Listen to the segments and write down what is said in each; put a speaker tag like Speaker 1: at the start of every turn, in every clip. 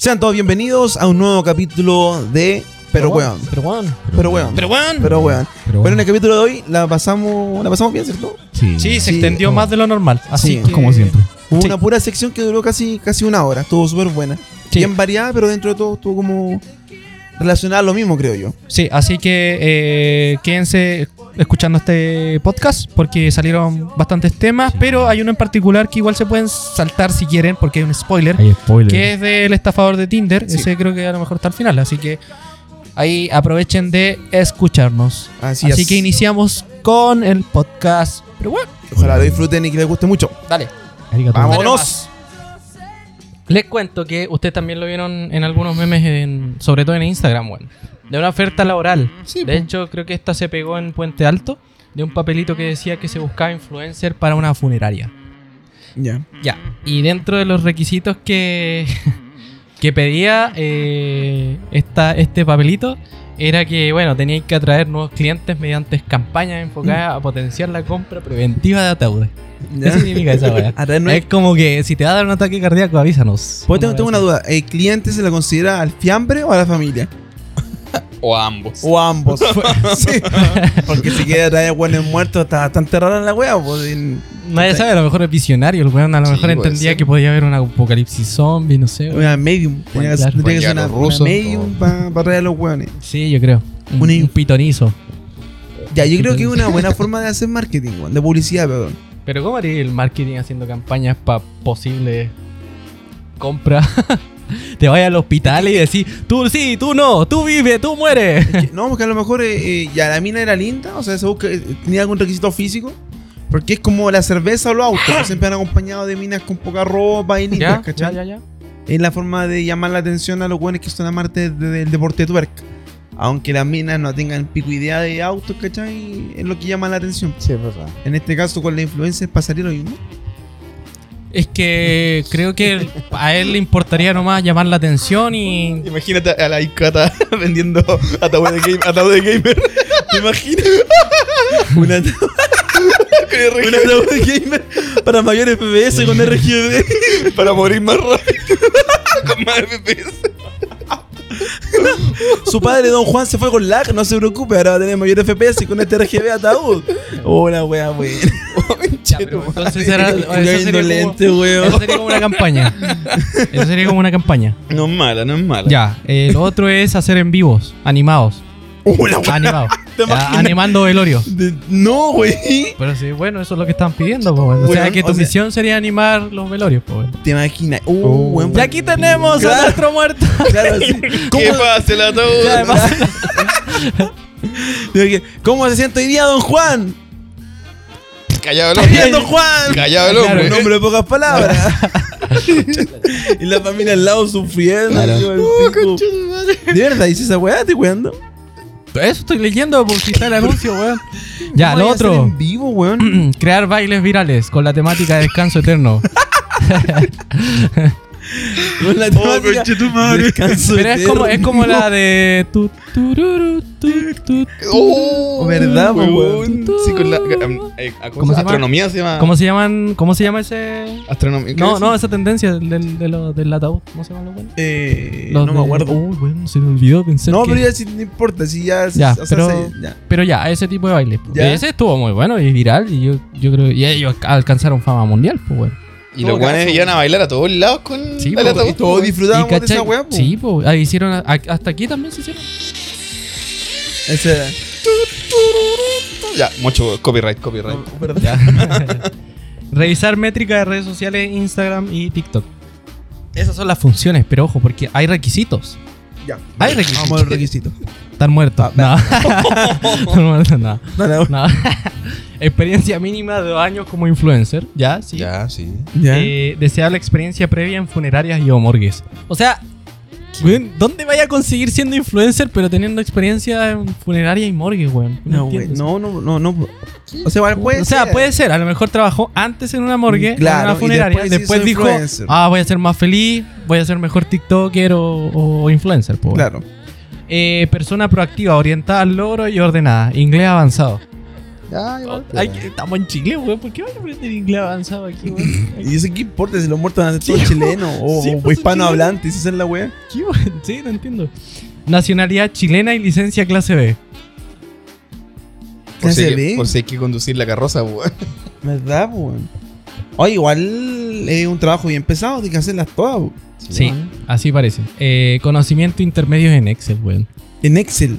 Speaker 1: Sean todos bienvenidos a un nuevo capítulo de Pero Weón.
Speaker 2: Pero weón.
Speaker 1: Pero Weón.
Speaker 3: Pero weón.
Speaker 1: Pero Weón.
Speaker 2: Pero
Speaker 1: Pero en el capítulo de hoy la pasamos, la pasamos bien, ¿cierto?
Speaker 2: Sí.
Speaker 3: Sí, se
Speaker 1: Sí,
Speaker 3: extendió
Speaker 2: no.
Speaker 3: más de lo normal. Así
Speaker 1: Sí,
Speaker 3: que-
Speaker 2: Como siempre.
Speaker 1: Hubo
Speaker 3: Sí.
Speaker 1: una pura sección que duró casi, casi una hora. Estuvo súper buena.
Speaker 3: Sí.
Speaker 1: Bien variada, pero dentro de todo estuvo como relacionada a lo mismo, creo yo.
Speaker 3: Sí, así que eh, quédense escuchando este podcast porque salieron bastantes temas, pero hay uno en particular que igual se pueden saltar si quieren porque hay un spoiler,
Speaker 2: Hay spoiler.
Speaker 3: que es del estafador de Tinder.
Speaker 1: Sí.
Speaker 3: Ese creo que a lo mejor está al final, así que ahí aprovechen de escucharnos.
Speaker 1: Así
Speaker 3: así
Speaker 1: es.
Speaker 3: que iniciamos con el podcast. Pero bueno,
Speaker 1: Ojalá lo disfruten y que les guste mucho.
Speaker 3: dale.
Speaker 2: Arigato.
Speaker 1: Vamos.
Speaker 3: Dale
Speaker 1: ¡Vámonos!
Speaker 3: más. Les cuento que ustedes también lo vieron en algunos memes, en- sobre todo en Instagram, weón. De una
Speaker 1: Mm.
Speaker 3: oferta laboral. de hecho, creo que esta se pegó en Puente Alto, de un papelito que decía que se buscaba influencer para una funeraria.
Speaker 1: Ya.
Speaker 3: Ya. Y dentro de los requisitos que, que pedía eh, esta, este papelito, era que, bueno, teníais que atraer nuevos clientes mediante campañas enfocadas
Speaker 1: Mm.
Speaker 3: a potenciar la compra preventiva de ataúdes.
Speaker 1: Ya.
Speaker 3: ¿Qué significa esa weá?
Speaker 1: A ver, no
Speaker 3: Es
Speaker 1: hay-
Speaker 3: como que si te va a dar un ataque cardíaco, avísanos.
Speaker 1: Pues tengo, tengo una duda. ¿El cliente se la considera al fiambre o a la familia?
Speaker 4: O a ambos.
Speaker 1: O a ambos. pues. sí. Porque si quiere traer buenos muertos, está bastante rara la wea. Pues, en-
Speaker 3: Nadie sabe, a lo mejor es visionario. El weón a lo
Speaker 4: Sí,
Speaker 3: mejor
Speaker 4: puede
Speaker 3: entendía
Speaker 4: ser.
Speaker 3: que podía haber un apocalipsis zombie, no sé. weón.
Speaker 1: Una medium. Tenía que-
Speaker 3: claro.
Speaker 1: tendría que ser una,
Speaker 4: Bueno, ya los
Speaker 1: una
Speaker 4: rusos,
Speaker 1: medium
Speaker 4: no.
Speaker 1: para traer a los hueones.
Speaker 3: Sí, yo creo. Un,
Speaker 1: Una-
Speaker 3: un pitonizo.
Speaker 1: Ya, yo creo que es una buena forma de hacer marketing, weón, de publicidad, perdón.
Speaker 3: Pero ¿cómo haría el marketing haciendo campañas para posibles compras? te vayas al hospital y decís, tú sí, tú no, tú vive, tú mueres.
Speaker 1: Que- No, porque a lo mejor eh, eh, ya la mina era linda, o sea, se busca, eh, tenía algún requisito físico. Porque es como la cerveza o los autos, que siempre han acompañado de minas con poca ropa y lindas,
Speaker 3: ¿Ya?
Speaker 1: ¿cachai?
Speaker 3: ya, ya.
Speaker 1: Es la forma de llamar la atención a los hueones que son amantes de- del deporte de tuerca. Aunque las minas no tengan pico idea de autos, ¿cachai? Es lo que llama la atención.
Speaker 2: Sí, es verdad.
Speaker 1: En este caso, con la influencer pasaría lo mismo.
Speaker 3: Es que creo que a él le importaría nomás llamar la atención y
Speaker 4: Imagínate a la Icata vendiendo ataúd de, game, ataúd de gamer. ¿Te imaginas?
Speaker 1: Una, una gamer para mayores FPS con RGB.
Speaker 4: Para morir más rápido. Con más FPS.
Speaker 1: Su padre, Don Juan, se fue con lag. No se preocupe, ahora va a tener mayor FPS con este RGB ataúd. Una wea, weón.
Speaker 3: Ya, pero entonces era, eso
Speaker 1: Yo
Speaker 3: sería, como,
Speaker 1: indolente, weón.
Speaker 3: eso sería como una campaña. Eso sería como una campaña.
Speaker 4: No es mala, no es mala.
Speaker 3: Ya, el otro es hacer en vivos, animados.
Speaker 1: Una wea.
Speaker 3: Animados.
Speaker 1: ¿Te
Speaker 3: Ya,
Speaker 1: imaginas?
Speaker 3: animando velorio.
Speaker 1: de- No, wey.
Speaker 3: Pero sí, bueno, eso es lo que estaban pidiendo, po, weón. O sea
Speaker 1: Weón,
Speaker 3: que tu
Speaker 1: o sea-
Speaker 3: misión sería animar los velorios, po, weón.
Speaker 1: Te imaginas. Uh,
Speaker 2: Oh.
Speaker 1: weón.
Speaker 3: Y aquí tenemos
Speaker 1: Claro.
Speaker 3: a nuestro muerto.
Speaker 1: Claro, sí.
Speaker 4: ¿Qué
Speaker 1: ¿Cómo,
Speaker 4: pasa el ataúd?
Speaker 3: Ya, además-
Speaker 1: Oye, ¿Cómo se siente hoy día, Don Juan?
Speaker 4: Callado el
Speaker 1: Hoy día, Don
Speaker 4: hombre.
Speaker 1: Juan.
Speaker 4: Callado el
Speaker 3: Claro,
Speaker 4: hombre.
Speaker 1: Un hombre de pocas palabras. y la familia al lado sufriendo.
Speaker 2: Claro.
Speaker 1: yo, el
Speaker 3: Oh,
Speaker 1: pico. De verdad, dice esa weá, te weando.
Speaker 3: Eso estoy leyendo por si está el anuncio, weón. Ya,
Speaker 1: ¿Cómo
Speaker 3: lo
Speaker 1: vaya a hacer
Speaker 3: otro.
Speaker 1: En vivo, weón.
Speaker 3: Crear bailes virales con la temática de descanso eterno.
Speaker 1: Con la temática. Descanso
Speaker 3: Pero es como, es
Speaker 1: eterno.
Speaker 3: como la de. tu, tururu, tu, tu,
Speaker 4: Oh,
Speaker 1: ¿Verdad, po, weón?
Speaker 4: Sí, con la. um, eh,
Speaker 3: ¿Cómo
Speaker 4: ¿Cómo
Speaker 3: se
Speaker 4: se
Speaker 3: llama?
Speaker 4: Astronomía se llama.
Speaker 3: ¿Cómo se llaman? ¿Cómo se llama ese?
Speaker 4: Astronomía.
Speaker 3: No, no, esa tendencia del, de lo- del ataúd. ¿Cómo se llaman los buenos?
Speaker 1: Eh, no me acuerdo.
Speaker 3: Uy, bueno, se me olvidó pensar.
Speaker 1: no,
Speaker 3: que-
Speaker 1: pero ya sí, no importa. Si ya.
Speaker 3: Ya,
Speaker 1: o sea,
Speaker 3: pero-
Speaker 1: se- ya.
Speaker 3: pero ya, ese tipo de baile.
Speaker 1: Ya.
Speaker 3: Ese estuvo muy bueno y viral. Y yo, yo creo. Y ellos alcanzaron fama mundial, pues, bueno.
Speaker 4: Y los guanes iban a bailar a todos lados con.
Speaker 3: Sí,
Speaker 4: el
Speaker 3: po,
Speaker 4: ataúd.
Speaker 3: y
Speaker 1: Todos disfrutábamos de esa weá, po.
Speaker 3: Sí, pues. Ahí hicieron. a- Hasta aquí también se hicieron.
Speaker 1: Esa era.
Speaker 4: Ya, mucho copyright, copyright.
Speaker 1: No, verdad.
Speaker 3: Revisar métrica de redes sociales, Instagram y TikTok. Esas son las funciones, pero ojo, porque hay requisitos.
Speaker 1: Ya.
Speaker 3: Hay requisitos.
Speaker 1: Vamos a los requisitos.
Speaker 3: Estar
Speaker 1: Ah,
Speaker 3: muerto. no. Estar muerto, no.
Speaker 1: Dale, ahora.
Speaker 3: No. experiencia mínima de dos años como influencer. Ya, sí.
Speaker 4: Ya, sí.
Speaker 1: Ya.
Speaker 3: Eh, deseable experiencia previa en funerarias y o morgues. O sea, weón, ¿dónde vaya a conseguir siendo influencer pero teniendo experiencia en funeraria y morgues, weón?
Speaker 1: no, güey.
Speaker 3: entiendo.
Speaker 1: No, no, no, no. O sea, igual puede
Speaker 3: o sea,
Speaker 1: ser.
Speaker 3: puede ser. A lo mejor trabajó antes en una morgue,
Speaker 1: Claro,
Speaker 3: en una
Speaker 1: y
Speaker 3: funeraria, y
Speaker 1: después se
Speaker 3: después,
Speaker 1: hizo
Speaker 3: dijo,
Speaker 1: influencer.
Speaker 3: ah, voy a ser más feliz, voy a ser mejor TikToker o, o influencer. po, weón.
Speaker 1: Claro.
Speaker 3: Eh, persona proactiva, orientada al logro y ordenada. Inglés avanzado.
Speaker 1: Ya, igual.
Speaker 3: Ay, que- estamos en Chile, weón. ¿Por qué van a aprender inglés avanzado aquí, weón?
Speaker 1: Y eso qué importa si los muertos van a ser
Speaker 3: Sí,
Speaker 1: todos chilenos o,
Speaker 3: sí,
Speaker 1: o
Speaker 3: pues, son
Speaker 1: hispanohablantes, esa es la wea.
Speaker 3: Aquí, weón. Sí, no entiendo. Nacionalidad chilena y licencia clase B.
Speaker 1: ¿Qué
Speaker 3: Pues
Speaker 4: si
Speaker 1: se
Speaker 4: hay que-
Speaker 1: ve?
Speaker 4: por si hay que conducir la carroza, weón.
Speaker 1: ¿Verdad, po, weón? Oye, igual es un trabajo bien pesado, tienes que hacerlas todas, po.
Speaker 3: Sí, así parece. Eh, conocimiento intermedios en Excel, weón.
Speaker 1: En Excel.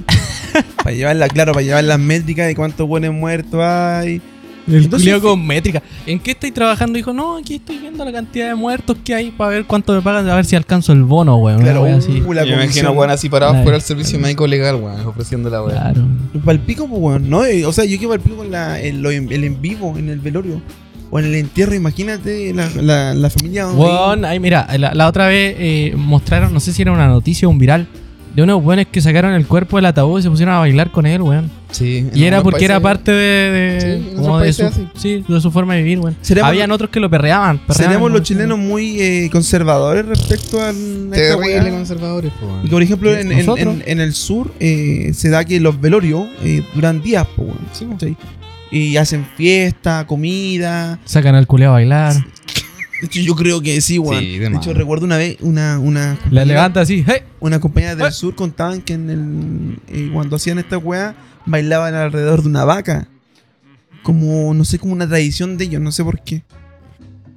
Speaker 1: para llevarla, claro, para llevar las métricas de cuántos buenos muertos hay.
Speaker 3: El
Speaker 1: Entonces,
Speaker 3: culiao con métrica. ¿En qué estoy trabajando? Dijo, no, aquí estoy viendo la cantidad de muertos que hay para ver cuánto me pagan, a ver si alcanzo el bono, weón.
Speaker 1: Claro,
Speaker 3: Una wea
Speaker 1: uh,
Speaker 3: así.
Speaker 1: la
Speaker 4: Yo me imagino,
Speaker 1: comisión.
Speaker 4: weón, así parados
Speaker 3: Claro.
Speaker 4: fuera del servicio médico legal, weón, ofreciendo la weón.
Speaker 3: Claro.
Speaker 1: Palpico, pues, weón. No, Eh, o sea, yo que palpico en la, en lo en- el en vivo, en el velorio. O en el entierro, imagínate la, la, la familia. donde-
Speaker 3: Weón, ahí mira, la, la otra vez eh, mostraron, no sé si era una noticia o un viral, de unos weones que sacaron el cuerpo del ataúd y se pusieron a bailar con él, weón.
Speaker 4: Sí, en
Speaker 3: Y era
Speaker 4: algunos
Speaker 3: porque era
Speaker 4: países-
Speaker 3: parte de, de-
Speaker 4: Sí, en
Speaker 3: como
Speaker 4: otros
Speaker 3: de, su,
Speaker 4: países
Speaker 3: sí, de su forma de vivir, weón.
Speaker 1: Seremos-
Speaker 3: Habían otros que lo perreaban. perreaban,
Speaker 1: Seremos los
Speaker 3: weón.
Speaker 1: chilenos muy eh, conservadores respecto al.
Speaker 4: Terrible conservadores, po, weón.
Speaker 1: Porque, por ejemplo, en, en-
Speaker 3: Nosotros.
Speaker 1: en- en el sur eh, se da que los velorios eh, duran días, po, weón.
Speaker 4: Sí, po.
Speaker 1: ¿cachai? Y hacen fiesta, comida.
Speaker 3: Sacan al culeo a bailar.
Speaker 1: De hecho, yo creo que sí, weón.
Speaker 4: Sí, de
Speaker 1: de
Speaker 4: más.
Speaker 1: hecho, recuerdo una vez una, una,
Speaker 3: La
Speaker 1: compañera,
Speaker 3: levanta así, ¡hey!
Speaker 1: una compañera del
Speaker 3: Ah.
Speaker 1: sur contaban que en el, eh, cuando hacían esta weá, bailaban alrededor de una vaca. Como, no sé, como una tradición de ellos, no sé por qué.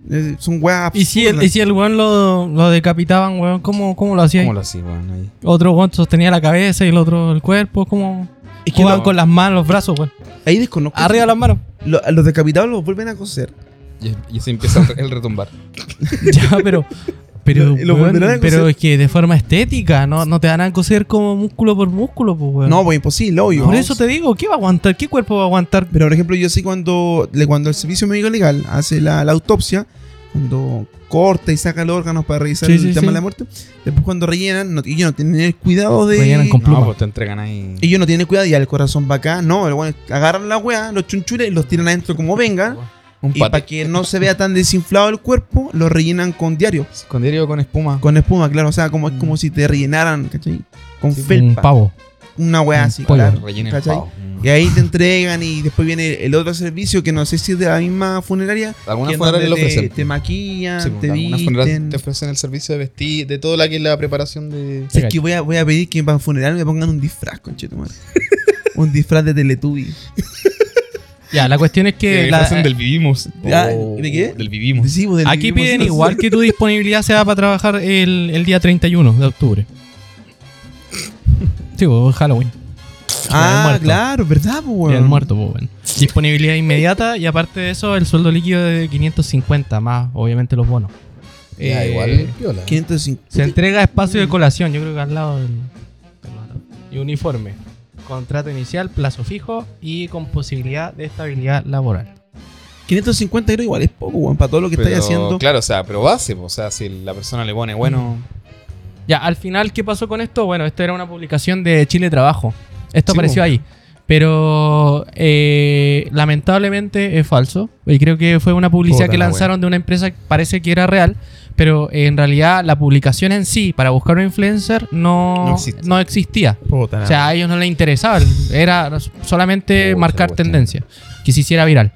Speaker 1: Eh, son weas
Speaker 3: Y si el,
Speaker 1: absurdas.
Speaker 3: y si el weón lo, lo decapitaban, weón, ¿cómo, cómo lo hacían?
Speaker 4: ¿Cómo lo hacía, weón? Ahí.
Speaker 3: Otro weón sostenía la cabeza y el otro el cuerpo, ¿cómo?
Speaker 1: Es que
Speaker 3: Jugaban
Speaker 1: no,
Speaker 3: con las manos, los brazos, weón.
Speaker 1: Ahí desconozco.
Speaker 3: Arriba las manos.
Speaker 1: Lo- a los decapitados los vuelven a coser.
Speaker 4: Y, y se empieza el re- el retumbar.
Speaker 3: ya, pero. Pero,
Speaker 1: Lo- lo
Speaker 3: weón,
Speaker 1: volverán a
Speaker 3: pero
Speaker 1: coser.
Speaker 3: es que de forma estética, no, no te van a coser como músculo por músculo, pues, weón.
Speaker 1: No, pues imposible, obvio.
Speaker 3: por eso te digo, ¿qué va a aguantar? ¿Qué cuerpo va a aguantar?
Speaker 1: Pero, por ejemplo, yo sé cuando, le- cuando el servicio médico legal hace la, la autopsia, cuando corta y saca los órganos para revisar
Speaker 3: Sí,
Speaker 1: el
Speaker 3: sí,
Speaker 1: tema
Speaker 3: sí.
Speaker 1: de la muerte, después cuando rellenan, no, ellos no tienen el cuidado de...
Speaker 3: Rellenan con- Pluma.
Speaker 4: No, pues te entregan ahí.
Speaker 1: Ellos no tienen cuidado y el corazón va acá. No, el weón agarran la weá, los chunchules y los tiran adentro como vengan.
Speaker 4: un
Speaker 1: Y para
Speaker 4: paquete
Speaker 1: que no se vea tan desinflado el cuerpo, lo rellenan con diario.
Speaker 4: Con diario o con espuma.
Speaker 1: Con espuma, claro. O sea, como es
Speaker 4: Mm.
Speaker 1: como si te rellenaran, ¿cachai? Con
Speaker 3: Un
Speaker 1: felpa.
Speaker 3: pavo.
Speaker 1: Una weá
Speaker 3: Un
Speaker 1: así,
Speaker 3: pollo.
Speaker 1: claro.
Speaker 4: Rellenen
Speaker 1: ¿cachai?
Speaker 4: pavo. Mm.
Speaker 1: Y ahí te entregan y después viene el otro servicio que no sé si es de la misma funeraria. que
Speaker 4: Algunas
Speaker 1: en
Speaker 4: funerarias lo
Speaker 1: donde te,
Speaker 4: ofrecen.
Speaker 1: te maquillan,
Speaker 4: Sí, pues,
Speaker 1: te
Speaker 4: algunas funerarias
Speaker 1: visten.
Speaker 4: te ofrecen el servicio de vestir, de toda la que es la preparación de.
Speaker 1: Si es que voy a, voy a pedir que para el funeral me pongan un disfraz, conchetumare. un disfraz de Teletubby.
Speaker 3: Ya, la cuestión es que.
Speaker 4: Que
Speaker 3: la- eh,
Speaker 4: hacen del vivimos.
Speaker 1: Ya,
Speaker 4: Oh,
Speaker 1: ¿de qué?
Speaker 4: Del vivimos.
Speaker 1: Sí, pues, del
Speaker 3: aquí
Speaker 1: mismo
Speaker 3: piden
Speaker 1: sitio.
Speaker 3: igual que tu disponibilidad sea para trabajar el, el día 31 de octubre. Sí, pues, Halloween. Día del
Speaker 1: Ah,
Speaker 3: muerto.
Speaker 1: claro, ¿verdad, pues,
Speaker 3: Día
Speaker 1: weón?
Speaker 3: del muerto, pues, bueno. Disponibilidad inmediata y aparte de eso, el sueldo líquido de 550, más obviamente los bonos.
Speaker 4: Ya,
Speaker 3: Eh,
Speaker 4: igual. piola.
Speaker 1: 550.
Speaker 3: Se entrega espacio de colación, yo creo que al lado del. Y uniforme. Contrato inicial, plazo fijo y con posibilidad de estabilidad laboral.
Speaker 1: 550 euros igual es poco, weón, para todo lo que
Speaker 4: Pero,
Speaker 1: estáis haciendo.
Speaker 4: Claro, o sea, pero base, po, o sea, si la persona le pone bueno.
Speaker 3: Ya, al final, ¿qué pasó con esto? Bueno, esto era una publicación de Chile Trabajo. Esto
Speaker 4: Sí,
Speaker 3: apareció
Speaker 4: po.
Speaker 3: ahí. Pero eh, lamentablemente es falso. Y creo que fue una publicidad
Speaker 4: Puta
Speaker 3: que
Speaker 4: la
Speaker 3: lanzaron de una empresa que parece que era real. Pero eh, en realidad la publicación en sí, para buscar un influencer, no,
Speaker 4: No existe.
Speaker 3: no existía. O sea, a ellos no les interesaba. Era
Speaker 4: Oh,
Speaker 3: solamente
Speaker 4: esa
Speaker 3: marcar
Speaker 4: cuestión.
Speaker 3: tendencia. Que se hiciera viral.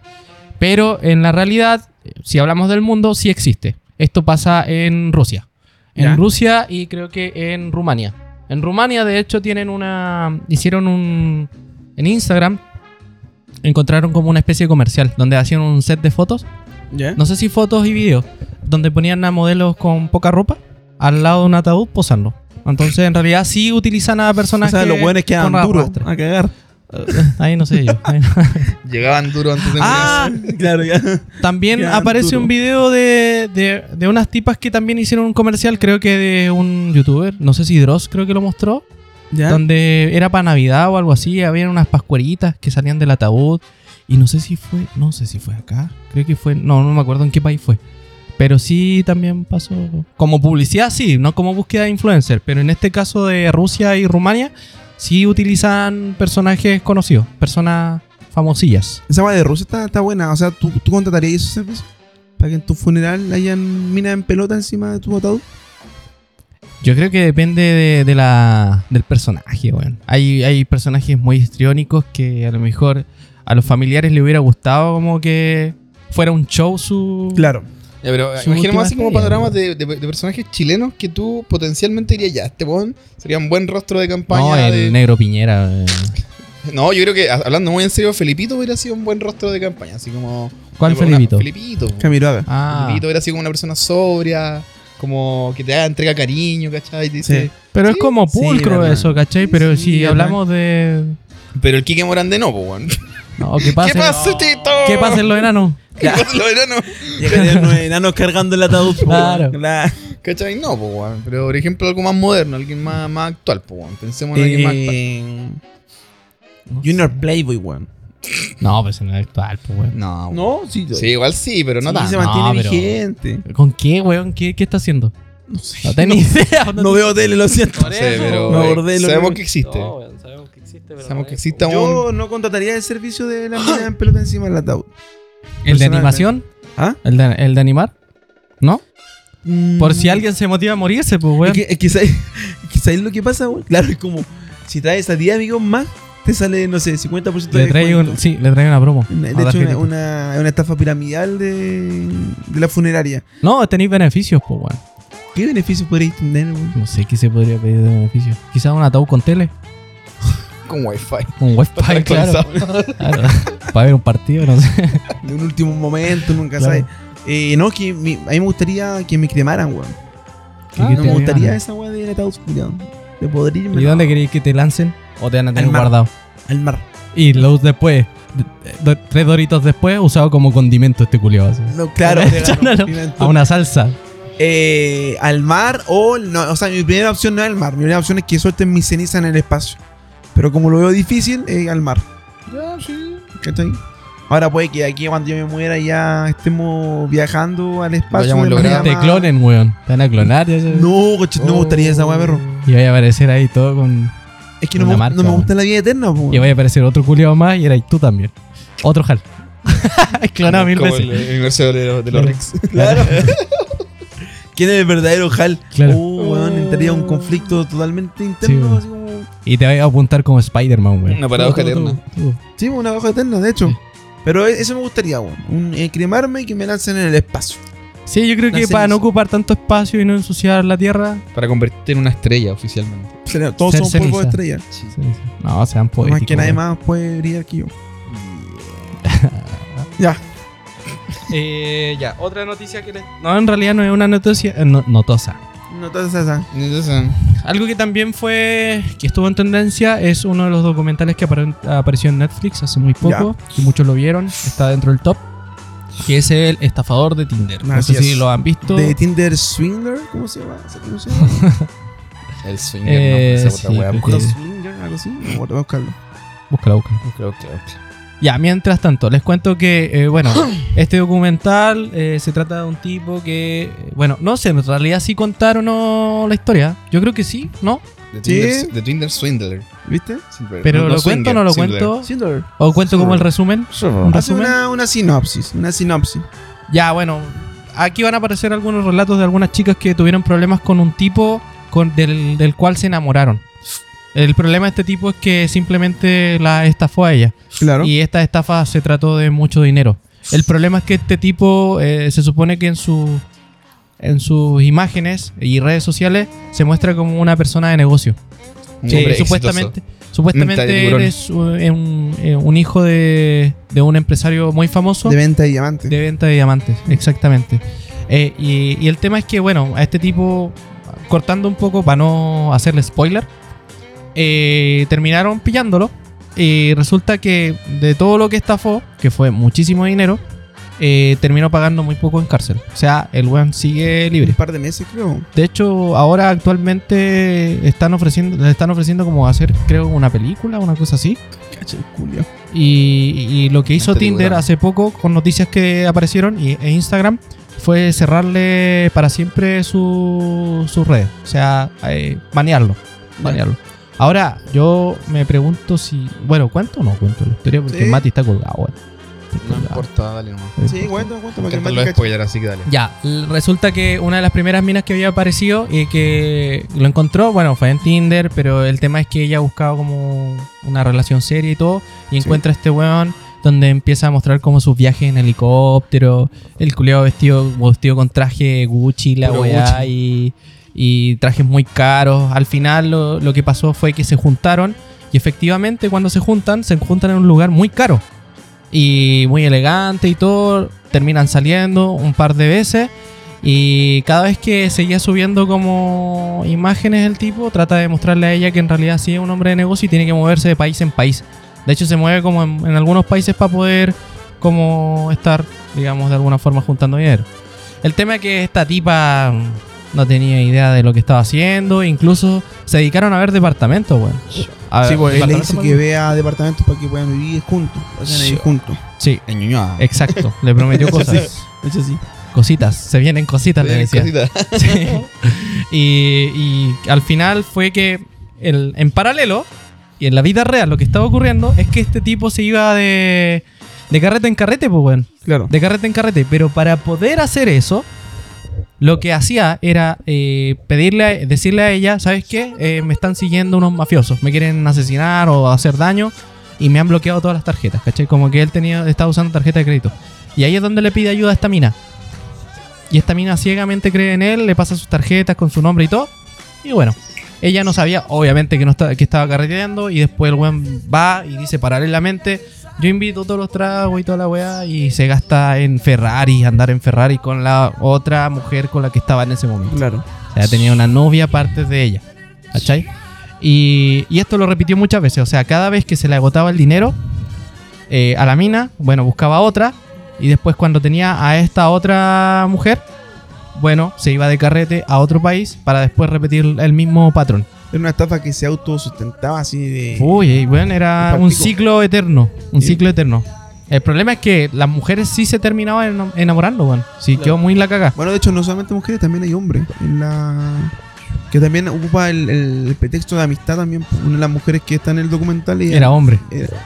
Speaker 3: Pero en la realidad, si hablamos del mundo, sí existe. Esto pasa en Rusia. En
Speaker 1: ¿Ya?
Speaker 3: Rusia y creo que en Rumania. En Rumania, de hecho, tienen una. Hicieron un. En Instagram. Encontraron como una especie de comercial donde hacían un set de fotos.
Speaker 1: ¿Ya?
Speaker 3: No sé si fotos y videos. Donde ponían a modelos con poca ropa al lado de un ataúd posando. Entonces, en realidad, sí utilizan a
Speaker 1: o
Speaker 3: personas
Speaker 1: sea, los weones quedan
Speaker 3: con
Speaker 1: duros
Speaker 3: rastre.
Speaker 1: a cagar.
Speaker 3: Ahí no sé yo. Ahí no-
Speaker 4: Llegaban duro antes de
Speaker 3: Ah,
Speaker 1: claro, ya.
Speaker 3: También
Speaker 1: Gran
Speaker 3: aparece
Speaker 1: duro.
Speaker 3: un video de, de- de unas tipas que también hicieron un comercial, creo que de un youtuber, no sé si Dross creo que lo mostró,
Speaker 1: ¿Ya?
Speaker 3: donde era para Navidad o algo así, habían unas pascueritas que salían del ataúd y no sé si fue, no sé si fue acá, creo que fue, no, no me acuerdo en qué país fue. Pero sí también pasó como publicidad, sí, no como búsqueda de influencer, pero en este caso de Rusia y Rumania sí utilizan personajes conocidos, personas famosillas.
Speaker 1: Esa weá de Rusia está, está buena. O sea, ¿tú, tú contratarías esos servicios? Para que en tu funeral hayan minas en pelota encima de tu ataúd.
Speaker 3: Yo creo que depende de, de la, del personaje, weón. Hay, hay personajes muy histriónicos que a lo mejor a los familiares le hubiera gustado como que fuera un show su...
Speaker 1: Claro.
Speaker 4: Ya, pero eh,
Speaker 3: Su última
Speaker 4: imaginemos así como
Speaker 3: estrella,
Speaker 4: panoramas de, de- de personajes chilenos que tú potencialmente dirías, ya, este weón sería un buen rostro de campaña.
Speaker 3: No, el
Speaker 4: de-
Speaker 3: negro Piñera. eh.
Speaker 4: No, yo creo que, a- hablando muy en serio, Felipito hubiera sido un buen rostro de campaña. Así como.
Speaker 3: ¿Cuál
Speaker 4: una-
Speaker 3: Felipito?
Speaker 4: Felipito.
Speaker 1: Camiroaga.
Speaker 3: Ah,
Speaker 4: Felipito hubiera sido como una persona sobria, como que te haga entrega cariño, ¿cachai? Te dice-
Speaker 1: Sí.
Speaker 3: pero es como
Speaker 1: Sí,
Speaker 3: pulcro
Speaker 1: verdad.
Speaker 3: eso, ¿cachai? Pero
Speaker 1: Sí,
Speaker 3: si
Speaker 1: verdad.
Speaker 3: hablamos de...
Speaker 4: Pero el Quique Morande no, po, weón.
Speaker 3: No, que
Speaker 4: ¿Qué
Speaker 3: pasen,
Speaker 4: pasa, Tito?
Speaker 3: que pasen los enanos.
Speaker 4: ¿Qué pasa, lo verano?
Speaker 1: Llegarían los enanos cargando el ataúd. po,
Speaker 3: Claro.
Speaker 1: weón. La-
Speaker 4: ¿Cachai? No, po, weón. Pero, por ejemplo, algo más moderno, alguien más, más actual, po, weón. Pensemos en alguien más actual.
Speaker 1: Eh, Junior Playboy, weón.
Speaker 3: No, pues en el actual, pues, weón.
Speaker 4: No, po.
Speaker 1: No, sí,
Speaker 4: Sí, igual sí, pero no
Speaker 1: sí,
Speaker 4: tanto.
Speaker 1: se mantiene
Speaker 3: No, pero-
Speaker 1: vigente.
Speaker 3: ¿Con qué, weón? ¿Qué, qué está haciendo?
Speaker 1: No sé.
Speaker 3: No tengo ni idea. No,
Speaker 1: No veo tele, lo siento.
Speaker 3: Por
Speaker 4: No
Speaker 3: eso.
Speaker 4: sé, pero
Speaker 1: Me
Speaker 4: eh,
Speaker 1: acordé de lo
Speaker 4: sabemos
Speaker 1: que-
Speaker 4: que existe.
Speaker 3: No, weón, sabemos que existe, pero
Speaker 4: Sabemos
Speaker 3: no
Speaker 4: que
Speaker 3: es,
Speaker 4: existe un...
Speaker 1: Yo no contrataría el servicio de la mina en pelota encima del ataúd.
Speaker 3: weón. ¿El de animación?
Speaker 1: ¿Ah?
Speaker 3: ¿El de, el de animar? ¿No?
Speaker 1: Mm,
Speaker 3: Por si alguien se motiva a morirse, pues,
Speaker 1: Es
Speaker 3: weón.
Speaker 1: que, es que ¿sabes- es que ¿sabes lo que pasa, weón? Claro, es como si traes a 10 amigos más, te sale, no sé, 50% de
Speaker 3: Le traigo,
Speaker 1: descuento.
Speaker 3: un- sí, le traigo una promo.
Speaker 1: Una-
Speaker 3: A
Speaker 1: De
Speaker 3: la
Speaker 1: hecho,
Speaker 3: gente. pues.
Speaker 1: una, una, una estafa piramidal de, de la funeraria.
Speaker 3: No, tenéis beneficios, pues, weón.
Speaker 1: ¿Qué beneficios podríais tener, weón?
Speaker 3: No sé qué se podría pedir de beneficio. Quizás un ataúd con tele,
Speaker 4: Con wifi.
Speaker 3: un
Speaker 4: Para
Speaker 3: wifi, claro.
Speaker 4: actualizar.
Speaker 3: Claro. Para ver un partido, no sé.
Speaker 1: De un último momento, nunca
Speaker 3: Claro.
Speaker 1: sabes. Eh, no, que mi- a mí me gustaría que me cremaran, weón.
Speaker 3: ¿Qué
Speaker 1: Ah, no
Speaker 3: te
Speaker 1: me
Speaker 3: hagan?
Speaker 1: gustaría esa weá de ataúd, culiao. De poder irme
Speaker 3: ¿Y dónde queréis que te lancen? ¿O te van a tener
Speaker 1: Al mar.
Speaker 3: guardado?
Speaker 1: al mar.
Speaker 3: Y los después, de- de- tres doritos después, usado como condimento este culiado.
Speaker 1: No, claro,
Speaker 3: Al mar,
Speaker 1: regalo,
Speaker 3: no, no.
Speaker 1: pimiento.
Speaker 3: A una salsa.
Speaker 1: Eh, al mar o no, o sea, mi primera opción no es al mar, mi primera opción es que suelten mis cenizas en el espacio. Pero como lo veo difícil, eh, al mar.
Speaker 4: Ya, sí.
Speaker 1: ¿Cachai? Ahora puede que aquí cuando yo me muera ya estemos viajando al espacio.
Speaker 4: hayamos
Speaker 1: de
Speaker 4: logrado.
Speaker 1: manera
Speaker 3: Te
Speaker 1: más-
Speaker 3: clonen, weón. Te van a clonar. ya sabes.
Speaker 1: No, coche, no me gustaría esa weá, perro.
Speaker 3: Y vaya a aparecer ahí todo con.
Speaker 1: Es que no,
Speaker 3: Una
Speaker 1: me,
Speaker 3: marca,
Speaker 1: no me
Speaker 3: weón.
Speaker 1: gusta la vida eterna, po.
Speaker 3: Y vaya a aparecer otro culiado más y eras tú también. Otro Hal. Clonado mil
Speaker 4: Como
Speaker 3: veces.
Speaker 4: el
Speaker 3: Mm.
Speaker 4: el universo de los, de los
Speaker 3: Claro.
Speaker 4: Ricks.
Speaker 1: Claro. ¿Quién es el verdadero Hal?
Speaker 3: Claro.
Speaker 1: Oh, weón, entraría un conflicto totalmente interno.
Speaker 3: weón.
Speaker 1: así como...
Speaker 3: Y te vaya a apuntar como Spider-Man, weón.
Speaker 4: Una
Speaker 3: Tú,
Speaker 4: paradoja
Speaker 3: tú,
Speaker 4: eterna.
Speaker 3: tú, tú.
Speaker 1: Sí, una baja eterna, de hecho.
Speaker 3: Sí.
Speaker 1: Pero e- eso me gustaría, weón. Un- eh, cremarme y que me lancen en el espacio.
Speaker 3: Sí, yo creo que
Speaker 1: Nacer
Speaker 3: para no
Speaker 1: eso.
Speaker 3: ocupar tanto espacio y no ensuciar la tierra.
Speaker 4: Para convertirte en una estrella oficialmente.
Speaker 1: Será- Todos
Speaker 3: Ser
Speaker 1: son somos polvo de
Speaker 3: ceniza.
Speaker 1: estrella.
Speaker 3: No, sean
Speaker 1: Por
Speaker 3: poéticos.
Speaker 1: más que nadie
Speaker 3: weón.
Speaker 1: más puede brillar que yo. ya.
Speaker 3: Eh, ya, otra noticia que les... No, en realidad no es una noticia... eh, no- notosa.
Speaker 1: No te haces esa.
Speaker 4: Entonces,
Speaker 3: Algo que también fue... que estuvo en tendencia es uno de los documentales que apare- apareció en Netflix hace muy poco. Y muchos lo vieron. Está dentro del top. Que es el estafador de Tinder. No
Speaker 1: Así
Speaker 3: sé si
Speaker 1: es.
Speaker 3: lo han visto.
Speaker 1: De Tinder Swindler, ¿cómo se llama? ¿Cómo se llama?
Speaker 4: el swinger,
Speaker 3: Eh,
Speaker 4: no, esa otra
Speaker 3: sí,
Speaker 4: weá.
Speaker 3: pues,
Speaker 1: Los
Speaker 3: Sí.
Speaker 1: Swindler, algo así. Bueno, Voy a buscarlo.
Speaker 3: Búscalo, búscalo.
Speaker 4: pues. Creo que- creo que-
Speaker 3: Ya, mientras tanto, les cuento que, eh, bueno, este documental eh, se trata de un tipo que, eh, bueno, no sé, en realidad sí contaron o no la historia. Yo creo que sí, ¿no?
Speaker 4: De
Speaker 1: Sí.
Speaker 4: Tinder, de Tinder Swindler.
Speaker 1: ¿Viste?
Speaker 4: Swindler.
Speaker 3: Pero
Speaker 4: Eh, No,
Speaker 3: lo cuento o no lo
Speaker 4: Swindler.
Speaker 3: cuento.
Speaker 1: Swindler.
Speaker 3: O cuento como el resumen.
Speaker 4: Swindler.
Speaker 1: Hace
Speaker 3: resumen?
Speaker 1: una, una sinopsis. Una sinopsis.
Speaker 3: Ya, bueno, aquí van a aparecer algunos relatos de algunas chicas que tuvieron problemas con un tipo con, del, del cual se enamoraron. El problema de este tipo es que simplemente la estafó a ella.
Speaker 1: Claro.
Speaker 3: Y esta estafa se trató de mucho dinero. El problema es que este tipo eh, se supone que en, su, en sus imágenes y redes sociales se muestra como una persona de negocio.
Speaker 4: Un
Speaker 3: Que
Speaker 4: hombre
Speaker 3: supuestamente
Speaker 4: Mental de
Speaker 3: supuestamente
Speaker 4: tiburón.
Speaker 3: eres uh, eh, un, eh, un hijo de, de un empresario muy famoso
Speaker 1: de venta de diamantes.
Speaker 3: de venta de diamantes, exactamente. Eh, y, y el tema es que, bueno, a este tipo, cortando un poco para no hacerle spoiler, eh, terminaron pillándolo. Y resulta que de todo lo que estafó, que fue muchísimo dinero, eh, terminó pagando muy poco en cárcel. O sea, el weón sigue libre.
Speaker 1: Un par de meses, creo.
Speaker 3: De hecho, ahora actualmente están ofreciendo, le están ofreciendo como hacer, creo, una película, una cosa así.
Speaker 1: Cacha el culo.
Speaker 3: pues, Y, y lo que hizo
Speaker 4: Este
Speaker 3: Tinder
Speaker 4: tiburón.
Speaker 3: hace poco con noticias que aparecieron y, e Instagram fue cerrarle para siempre su, su red. O sea, eh, banearlo. banearlo. Ahora, yo me pregunto si. Bueno, ¿cuánto o no cuento la historia? Porque
Speaker 1: Sí.
Speaker 3: Mati está colgado, bueno. Está
Speaker 4: No
Speaker 3: colgado.
Speaker 4: importa, dale nomás.
Speaker 1: Sí, cuento, cuento.
Speaker 4: Me
Speaker 1: Para que
Speaker 4: encantan
Speaker 1: el
Speaker 4: los
Speaker 1: Mati cache.
Speaker 4: spoilers, así que dale.
Speaker 3: Ya, l- resulta que una de las primeras minas que había aparecido y que lo encontró, bueno, fue en Tinder, pero el tema es que ella buscaba como una relación seria y todo,
Speaker 1: Sí.
Speaker 3: y encuentra a este weón donde empieza a mostrar como sus viajes en helicóptero, el culeado vestido, vestido con traje Gucci, la
Speaker 4: Puro
Speaker 3: weá, y, y trajes muy caros. Al final lo, lo que pasó fue que se juntaron y efectivamente cuando se juntan, se juntan en un lugar muy caro y muy elegante y todo. Terminan saliendo un par de veces. Y cada vez que seguía subiendo como imágenes el tipo, trata de mostrarle a ella que en realidad sí es un hombre de negocio y tiene que moverse de país en país. De hecho, se mueve como en, en algunos países para poder como estar, digamos, de alguna forma juntando dinero. El tema es que esta tipa mm, no tenía idea de lo que estaba haciendo. Incluso se dedicaron a ver departamentos, weón. A
Speaker 1: Sí,
Speaker 3: ver,
Speaker 1: pues él le
Speaker 3: departamentos
Speaker 1: dice
Speaker 3: para-
Speaker 1: que vea departamentos para que puedan vivir juntos. Pasen ahí
Speaker 4: Sí.
Speaker 1: juntos.
Speaker 3: Sí,
Speaker 4: En Ñuñoa.
Speaker 3: exacto. le prometió cosas.
Speaker 1: De hecho, sí.
Speaker 3: Cositas. Se vienen cositas, le
Speaker 4: Bien,
Speaker 3: decía.
Speaker 4: Eh, cosita.
Speaker 3: Sí. y, y al final fue que el- en paralelo y en la vida real lo que estaba ocurriendo es que este tipo se iba de, de carrete en carrete, pues, weón.
Speaker 1: Claro.
Speaker 3: De carrete en carrete. Pero para poder hacer eso, lo que hacía era eh, pedirle, a- decirle a ella, ¿sabes qué? Eh, me están siguiendo unos mafiosos, me quieren asesinar o hacer daño y me han bloqueado todas las tarjetas, ¿cachai? Como que él tenía, estaba usando tarjeta de crédito. Y ahí es donde le pide ayuda a esta mina. Y esta mina ciegamente cree en él, le pasa sus tarjetas con su nombre y todo. Y bueno, ella no sabía, obviamente, que, no esta- que estaba carreteando. Y después el weón va y dice paralelamente: Yo invito todos los tragos y toda la weá. Y se gasta en Ferrari, andar en Ferrari con la otra mujer con la que estaba en ese momento.
Speaker 1: Claro.
Speaker 3: O sea, tenía una novia aparte de ella. ¿Cachai? Y, y esto lo repitió muchas veces. O sea, cada vez que se le agotaba el dinero eh, a la mina, bueno, buscaba otra. Y después cuando tenía a esta otra mujer, bueno, se iba de carrete a otro país para después repetir el mismo patrón.
Speaker 1: Era una estafa que se autosustentaba así de.
Speaker 3: Uy, y bueno, era un
Speaker 1: Práctico.
Speaker 3: ciclo eterno. Un
Speaker 1: Sí.
Speaker 3: ciclo eterno. El problema es que las mujeres sí se terminaban eno- enamorando, bueno. Sí,
Speaker 1: Claro.
Speaker 3: quedó muy la cagada.
Speaker 1: Bueno, de hecho, no solamente mujeres, también hay hombres. En la... Que también ocupa el, el pretexto de amistad también. pues, Una de las mujeres que está en el documental. ella-
Speaker 3: Era hombre.
Speaker 1: era-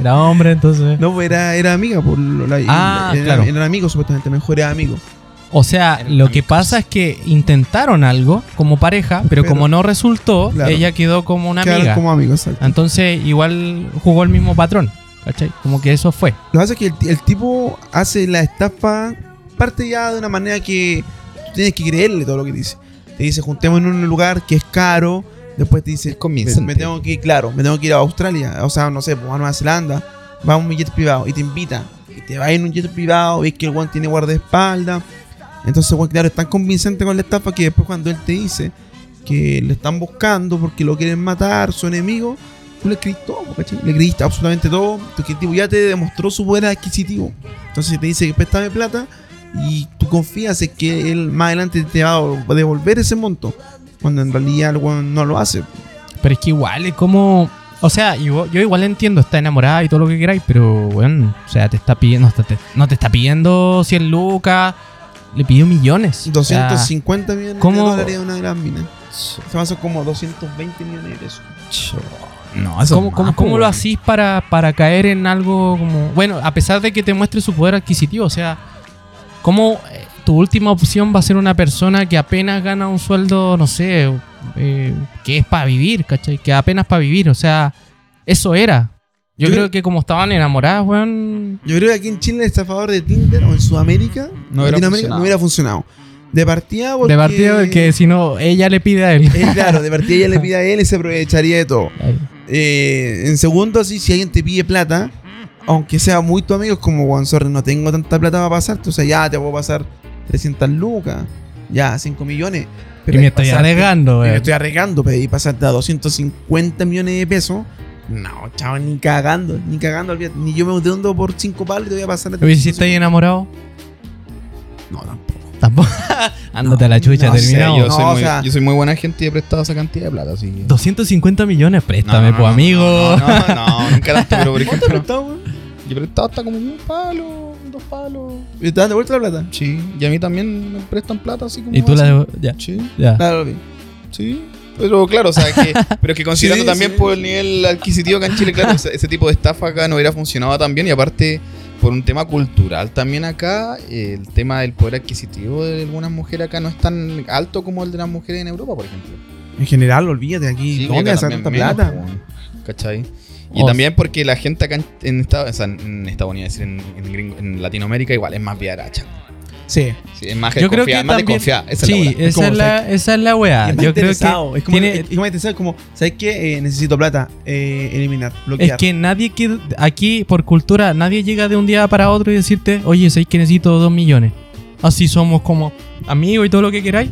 Speaker 3: Era hombre, entonces.
Speaker 1: no, pues, era, era amiga. Por lo- la-
Speaker 3: Ah,
Speaker 1: era-
Speaker 3: claro.
Speaker 1: Eran amigos, supuestamente. Mejor era amigo.
Speaker 3: O sea, lo que pasa es que intentaron algo como pareja, pero,
Speaker 1: Pero-
Speaker 3: como no resultó,
Speaker 1: Claro.
Speaker 3: ella quedó como una
Speaker 1: Quedaron
Speaker 3: amiga.
Speaker 1: como amigos, exacto.
Speaker 3: Entonces, igual jugó el mismo patrón. ¿Cachai? Como que eso fue.
Speaker 1: Lo que pasa es que el, ti- el tipo hace la estafa. Parte ya de una manera que tú tienes que creerle todo lo que dice. Te dice, juntemos en un lugar que es caro. Después te dice,
Speaker 4: Es
Speaker 1: me,
Speaker 4: convincente.
Speaker 1: me tengo que ir, claro, me tengo que ir a Australia, o sea, no sé, pues, a Nueva Zelanda, va a un jet privado y te invita, y te va en un jet privado, ves que el guan tiene guardaespaldas, entonces, weón, claro, es tan convincente con la estafa que después cuando él te dice que le están buscando porque lo quieren matar, su enemigo, tú le creíste todo, po, ¿cachai? Le creíste absolutamente todo, porque el tipo ya te demostró su poder adquisitivo, entonces te dice que préstame plata y tú confías en que él más adelante te va a devolver ese monto. Cuando en realidad el weón no lo hace.
Speaker 3: Pero es que igual, es como. O sea, yo, yo igual entiendo, está enamorada y todo lo que queráis, pero bueno, o sea, te está pidiendo. No te, no te está pidiendo 100 lucas, le pidió millones. O sea,
Speaker 1: 250 millones de
Speaker 3: ¿cómo?
Speaker 1: dólares de una gran mina. Se van a como 220 millones de pesos.
Speaker 4: No, Ah, eso
Speaker 3: ¿Cómo,
Speaker 4: es
Speaker 3: cómo-
Speaker 4: más,
Speaker 3: cómo
Speaker 4: po,
Speaker 3: lo
Speaker 4: weón.
Speaker 3: hacís para, para caer en algo como... Bueno, a pesar de que te muestre su poder adquisitivo, o sea, ¿cómo eh, tu última opción va a ser una persona que apenas gana un sueldo, no sé, eh, que es para vivir, ¿cachai? Que apenas para vivir, o sea, eso era. Yo,
Speaker 1: Yo-
Speaker 3: creo que como estaban enamoradas, weón...
Speaker 1: Yo creo que aquí en Chile el estafador de Tinder o en Sudamérica,
Speaker 4: No hubiera
Speaker 1: Latinoamérica,
Speaker 4: funcionado.
Speaker 1: no hubiera funcionado. De partida porque...
Speaker 3: De partida de que si no, ella le pide a él.
Speaker 1: Eh, claro, de partida ella le pide a él y se aprovecharía de todo. Eh, en segundo, así, si alguien te pide plata, aunque sea muy tu amigo, es como, Juan sorry, no tengo tanta plata para pasarte. O sea, ya te puedo pasar 300 lucas, ya 5 millones.
Speaker 3: y me estoy
Speaker 1: pasarte-
Speaker 3: arriesgando,
Speaker 1: Y me
Speaker 3: weón.
Speaker 1: estoy arriesgando, pe, y pasarte a 250 millones de pesos. No, chavo, ni cagando, ni cagando, olvídate. ni yo me hundo por 5 palos y te voy a pasar a
Speaker 3: Oye, si estáis enamorado,
Speaker 1: No, tampoco.
Speaker 3: tampoco. Ándate a la chucha,
Speaker 1: no sé,
Speaker 3: terminado.
Speaker 4: yo,
Speaker 1: No,
Speaker 4: soy
Speaker 1: o
Speaker 4: muy,
Speaker 1: sea-
Speaker 4: yo soy muy buena gente y he prestado esa cantidad de plata, así que-
Speaker 3: 250 millones, préstame,
Speaker 4: No,
Speaker 3: pues amigo.
Speaker 4: No, no, no, nunca tanto, pero por ejemplo.
Speaker 1: Yo
Speaker 4: Yo he prestado hasta como un palo, dos palos.
Speaker 1: te dan de vuelta la plata.
Speaker 4: Sí, y a mí también me prestan plata así como.
Speaker 3: Y tú la
Speaker 4: así.
Speaker 3: debo- Ya,
Speaker 4: Sí,
Speaker 3: ya.
Speaker 1: Claro, bien.
Speaker 4: sí. Pero claro, o sea, que, pero es que considerando
Speaker 1: Sí,
Speaker 4: también
Speaker 1: sí.
Speaker 4: por el nivel adquisitivo acá en Chile, claro, ese, ese tipo de estafa acá no hubiera funcionado tan bien. Y aparte, por un tema cultural también acá, eh, el tema del poder adquisitivo de algunas mujeres acá no es tan alto como el de las mujeres en Europa, por ejemplo.
Speaker 1: En general, olvídate aquí.
Speaker 4: Sí,
Speaker 1: ¿Dónde
Speaker 4: acá
Speaker 1: vas a sacar
Speaker 4: también
Speaker 1: tanta
Speaker 4: menos,
Speaker 1: plata?
Speaker 4: po, weón. ¿Cachai? Y
Speaker 3: O-
Speaker 4: también porque la gente acá en, en Estados o sea, en Estados Unidos, en, en gringo- en Latinoamérica, igual es más viaracha.
Speaker 1: Sí.
Speaker 4: Sí, es más
Speaker 3: Yo creo que
Speaker 4: desconfiada, más
Speaker 3: también-
Speaker 4: desconfiada. Esa es la
Speaker 3: sí,
Speaker 4: bola.
Speaker 3: esa
Speaker 1: como
Speaker 3: es la, esa es la weá.
Speaker 1: es más
Speaker 3: Ah, Yo creo
Speaker 1: interesado.
Speaker 3: que
Speaker 1: es como,
Speaker 3: tiene-
Speaker 1: es, es más interesado, es como, ¿sabes qué? Eh, necesito plata. Eh, eliminar, bloquear.
Speaker 3: es que nadie que aquí por cultura nadie llega de un día para otro y decirte, oye, sabéis que necesito dos millones. Así somos como amigos y todo lo que queráis.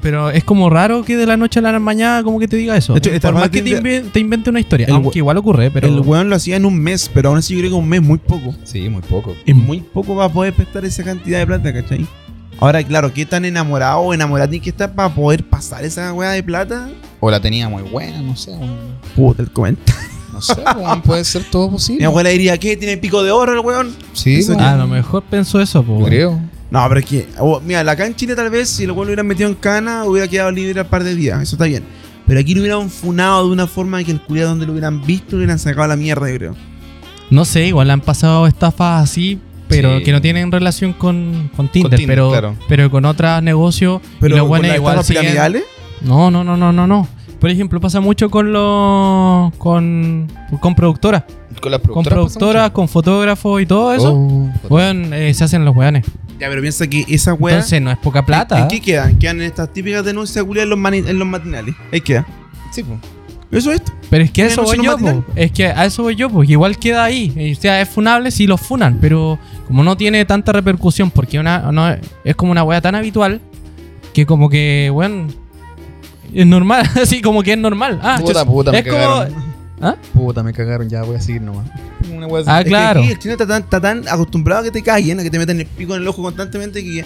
Speaker 3: Pero es como raro que de la noche a la mañana como que te diga eso.
Speaker 1: De hecho, esta
Speaker 3: por más
Speaker 1: parte
Speaker 3: que te,
Speaker 1: de-
Speaker 3: inve- te invente una historia,
Speaker 1: El we-
Speaker 3: aunque igual ocurre, pero
Speaker 1: El weón lo hacía en un mes, pero aún así yo creo que un mes es muy poco.
Speaker 3: eh.
Speaker 4: Sí, muy poco.
Speaker 1: Es
Speaker 3: Mm.
Speaker 1: muy poco para poder prestar esa cantidad de plata, ¿cachai? Ahora, claro, ¿qué tan enamorado o enamorada tienes que estar para poder pasar esa weá de plata?
Speaker 4: O la tenía muy buena, no sé. weón.
Speaker 1: Puta, el comentario.
Speaker 4: No sé, weón, puede ser todo
Speaker 1: Mi
Speaker 4: posible.
Speaker 1: abuela diría, ¿qué? ¿Tiene pico de oro el weón?
Speaker 4: Sí,
Speaker 1: Eso
Speaker 4: weón,
Speaker 3: a lo mejor pensó eso, po,
Speaker 4: yo
Speaker 3: weón.
Speaker 4: creo.
Speaker 1: No, pero es que, o- mira, la acá en Chile tal vez, si el weón lo hubieran metido en cana, hubiera quedado libre al par de días, eso está bien. Pero aquí lo hubieran funado de una forma que el culiado donde lo hubieran visto, lo hubieran sacado a la mierda, yo creo.
Speaker 3: No sé, igual han pasado estafas así, pero
Speaker 4: Sí.
Speaker 3: que no tienen relación con, con Tinder,
Speaker 4: Tinder,
Speaker 3: pero,
Speaker 4: claro.
Speaker 3: pero con otros negocios. y
Speaker 1: Pero
Speaker 3: los
Speaker 1: con
Speaker 3: guanes
Speaker 1: las
Speaker 3: igual
Speaker 1: estafas
Speaker 3: siguen-
Speaker 1: piramidales,
Speaker 3: No, no, no, no, no, no. Por ejemplo, pasa mucho con los con, con productoras,
Speaker 4: Con las
Speaker 3: con
Speaker 4: productoras.
Speaker 3: productoras, con fotógrafos y todo
Speaker 4: pasa
Speaker 3: eso.
Speaker 4: mucho. Oh,
Speaker 3: Weón, eh, se hacen los weones.
Speaker 1: Ya, pero piensa que esa weá...
Speaker 3: Entonces no es poca plata.
Speaker 1: ¿En qué quedan? Quedan en estas típicas denuncias culiadas en los, mani- en los matinales. Ahí queda.
Speaker 4: Sí, po.
Speaker 1: Eso es esto.
Speaker 3: Pero es que a
Speaker 1: ¿Tiene
Speaker 3: eso voy yo,
Speaker 1: noción matinal?
Speaker 3: po. Es que a eso voy yo, pues. Igual queda ahí. Eh, O sea, es funable si los funan, pero como no tiene tanta repercusión, porque una, no, es como una wea tan habitual que como que, weón, es normal. Así como que es normal. Ah,
Speaker 4: puta, puta, me
Speaker 3: es como...
Speaker 4: cagaron.
Speaker 3: ¿Ah?
Speaker 4: Puta, me cagaron, ya voy a seguir nomás. Una wea así.
Speaker 3: Ah,
Speaker 1: Es que
Speaker 3: claro.
Speaker 1: aquí el chino está tan, está tan acostumbrado a que te caguen, a que te metan el pico en el ojo constantemente que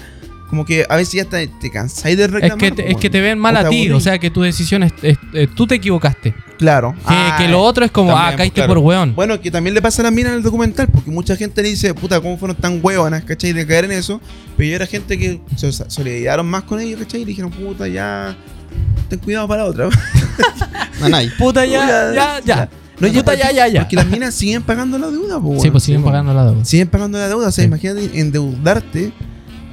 Speaker 1: como que a veces ya está, te cansáis de
Speaker 3: Es
Speaker 1: reclamar.
Speaker 3: que, te, es que te ven mal
Speaker 1: O te
Speaker 3: a ti,
Speaker 1: aburrís.
Speaker 3: o sea que tu decisión es, es- eh, tú te equivocaste. Que,
Speaker 1: Claro. Ah,
Speaker 3: que lo otro es como,
Speaker 4: también,
Speaker 3: ah,
Speaker 4: pues,
Speaker 3: caíste
Speaker 4: claro.
Speaker 3: por weón.
Speaker 1: Bueno, que también le pasa a las minas en el documental, porque mucha gente le dice, puta, ¿cómo fueron tan huevonas, cachai? De caer en eso. Pero yo era gente que se se solidarizaron más con ellos, cachai, y le dijeron, puta, ya. Ten cuidado para la otra.
Speaker 4: Nanay.
Speaker 3: puta
Speaker 1: ya,
Speaker 3: ya, ya, ya.
Speaker 1: No, yo-
Speaker 3: puta ya, ya, ya.
Speaker 1: Porque las minas siguen pagando la deuda, po,
Speaker 3: Sí,
Speaker 1: weón.
Speaker 3: pues siguen
Speaker 1: po.
Speaker 3: pagando la deuda.
Speaker 1: siguen pagando la deuda. O sea,
Speaker 3: Sí.
Speaker 1: imagínate endeudarte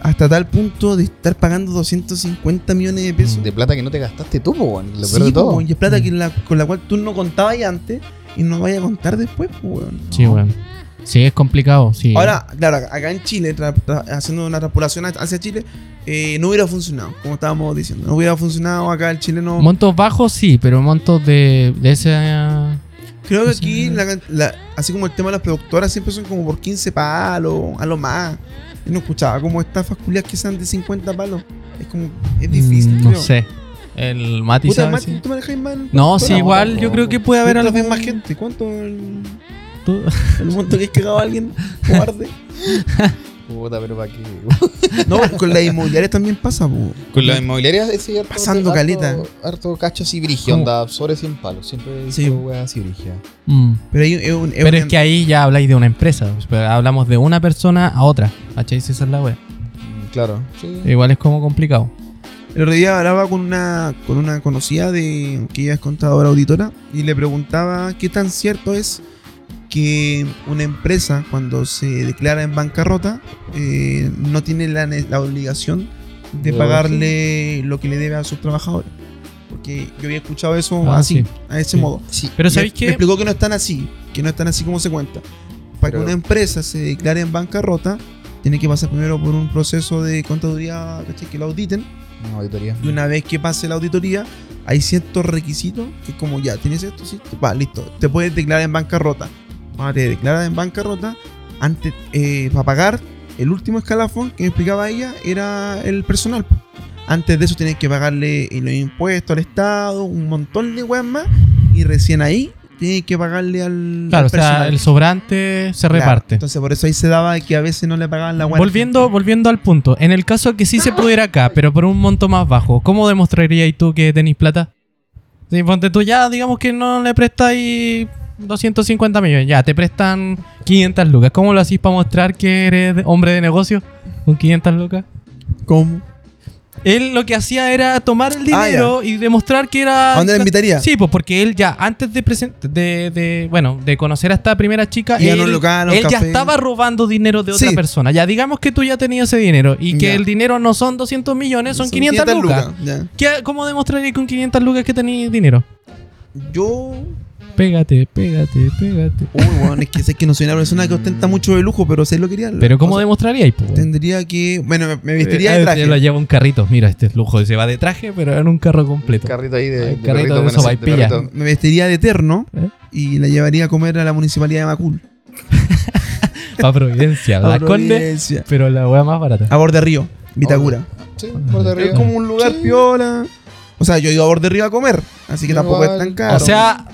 Speaker 1: hasta tal punto de estar pagando 250 millones de pesos.
Speaker 4: Mm, De plata que no te gastaste tú, po, weón, Lo peor
Speaker 1: Sí,
Speaker 4: de todo. Mm.
Speaker 1: po, weón, y es plata que la- con la cual tú no contabas ya antes y no vayas a contar después, po, weón.
Speaker 3: Sí, weón. Sí, es complicado, sí.
Speaker 1: Ahora, claro, acá en Chile, tra- tra- haciendo una transpolación hacia Chile, eh, no hubiera funcionado, como estábamos diciendo. No hubiera funcionado acá el chileno.
Speaker 3: Montos bajos sí, pero montos de, de esa...
Speaker 1: Creo que
Speaker 3: Sí.
Speaker 1: aquí, la can- la- así como el tema de las productoras, siempre son como por 15 palos, a lo más. Yo no escuchaba como estafas culias que sean de 50 palos. Es como, es difícil.
Speaker 3: mm, no
Speaker 1: creo.
Speaker 3: sé. El Mati
Speaker 1: Puta,
Speaker 3: sabe,
Speaker 1: Mati,
Speaker 3: sí.
Speaker 1: ¿tú manejas más el-
Speaker 3: No,
Speaker 1: ¿Cuánto
Speaker 3: sí,
Speaker 1: la-
Speaker 3: igual
Speaker 4: no,
Speaker 3: yo creo
Speaker 4: no.
Speaker 3: que puede haber
Speaker 1: ¿Cuántas
Speaker 3: algún...
Speaker 1: veces más gente? ¿Cuánto el,
Speaker 3: Tú-
Speaker 1: el monto que has cagado a alguien? Cobarde.
Speaker 4: Puta, pero para qué.
Speaker 1: No, con las inmobiliarias también pasa, po.
Speaker 4: Con las inmobiliarias ese harto,
Speaker 1: Pasando
Speaker 4: harto-
Speaker 1: caleta. Oh.
Speaker 4: Harto cacho así brigio,
Speaker 3: ¿Cómo?
Speaker 4: onda, sobre 100 palos. Siempre
Speaker 1: Sí.
Speaker 4: sí. wea así brigia.
Speaker 3: Mm.
Speaker 1: Pero, hay, un- es un-
Speaker 3: Pero
Speaker 1: un-
Speaker 3: es que ahí ya habláis de una empresa. pues, pero hablamos de una persona a otra. ¿Cachai? Si Esa es la wea.
Speaker 4: Mm, Claro. Sí.
Speaker 3: Igual es como complicado.
Speaker 1: El otro día hablaba con una, con una conocida de que ella es contadora auditora y le preguntaba qué tan cierto es que una empresa cuando se declara en bancarrota eh, no tiene la, ne- la obligación de
Speaker 4: De
Speaker 1: pagarle lo que le debe a sus trabajadores. Porque yo había escuchado eso
Speaker 3: Ah,
Speaker 1: así,
Speaker 3: sí.
Speaker 1: a ese
Speaker 3: Sí.
Speaker 1: modo.
Speaker 4: Sí.
Speaker 3: Pero
Speaker 1: Me-
Speaker 3: ¿sabéis
Speaker 1: Me
Speaker 3: qué?
Speaker 1: explicó que no están así, que no están así como se cuenta. Para
Speaker 4: Pero-
Speaker 1: que una empresa se declare en bancarrota, tiene que pasar primero por un proceso de contaduría, ¿cachai? que la auditen.
Speaker 4: Una auditoría.
Speaker 1: Y una vez que pase la auditoría, hay ciertos requisitos que como ya tienes esto, sí, va, listo, te puedes declarar en bancarrota. Cuando te declaras en bancarrota, antes eh, para pagar el último escalafón que me explicaba ella era el personal. po. Antes de eso tienes que pagarle eh, los impuestos al Estado, un montón de weas más, y recién ahí tienes que pagarle al,
Speaker 3: Claro, o
Speaker 1: al
Speaker 3: sea, el sobrante se
Speaker 1: Claro,
Speaker 3: reparte.
Speaker 1: Entonces por eso ahí se daba que a veces no le pagaban la wea. a la
Speaker 3: volviendo,
Speaker 1: gente.
Speaker 3: volviendo al punto, en el caso que sí se pudiera acá, pero por un monto más bajo, ¿cómo demostraríais tú que tenéis plata? Si ponte tú ya, digamos que no le prestáis 250 millones, ya te prestan 500 lucas. ¿Cómo lo hacís para mostrar que eres de- hombre de negocio con 500 lucas?
Speaker 1: ¿Cómo?
Speaker 3: Él lo que hacía era tomar el
Speaker 1: Ah,
Speaker 3: dinero y demostrar que era.
Speaker 1: ¿A dónde la invitaría?
Speaker 3: Sí, pues porque él ya, antes de, presen- de, de- bueno, de conocer a esta primera chica,
Speaker 1: Ir a
Speaker 3: él,
Speaker 1: un local, a un
Speaker 3: él ya
Speaker 1: café.
Speaker 3: estaba robando dinero de otra
Speaker 1: Sí.
Speaker 3: persona. Ya digamos que tú ya tenías ese dinero y que
Speaker 1: Ya.
Speaker 3: el dinero no son 200 millones, son, 500, lucas.
Speaker 1: ya.
Speaker 3: ¿Qué- ¿Cómo demostraría con 500 lucas que tenías dinero?
Speaker 1: Yo
Speaker 3: Pégate, pégate, pégate.
Speaker 1: Uy, weón, es que sé que no soy una persona que ostenta mucho de lujo, pero sé lo quería.
Speaker 3: Pero ¿cómo
Speaker 1: o sea,
Speaker 3: demostraría ahí, po, weón?
Speaker 1: Tendría que. Bueno, me, me vestiría
Speaker 3: Eh,
Speaker 1: de
Speaker 3: ah,
Speaker 1: traje.
Speaker 3: Lo lleva un carrito. Mira, este es lujo. Se va de traje, pero en un carro completo.
Speaker 4: Carrito ahí
Speaker 3: Ah,
Speaker 4: de,
Speaker 3: carrito de
Speaker 4: con ese-
Speaker 3: sopaipilla.
Speaker 4: perrito.
Speaker 1: Me vestiría de eterno
Speaker 3: ¿Eh?
Speaker 1: y la llevaría a comer a la municipalidad de Macul.
Speaker 3: Para Providencia.
Speaker 1: A
Speaker 3: La Conde,
Speaker 1: Providencia.
Speaker 3: pero la wea más barata.
Speaker 1: A Borde Río, Vitacura.
Speaker 4: Sí, por
Speaker 1: Oh, Ah,
Speaker 4: de
Speaker 1: Es
Speaker 4: arriba.
Speaker 1: como un lugar
Speaker 4: Sí.
Speaker 1: piola. O sea, yo he ido a Borde Río a comer, así que tampoco es tan
Speaker 4: Igual.
Speaker 1: caro.
Speaker 3: O sea. o sea,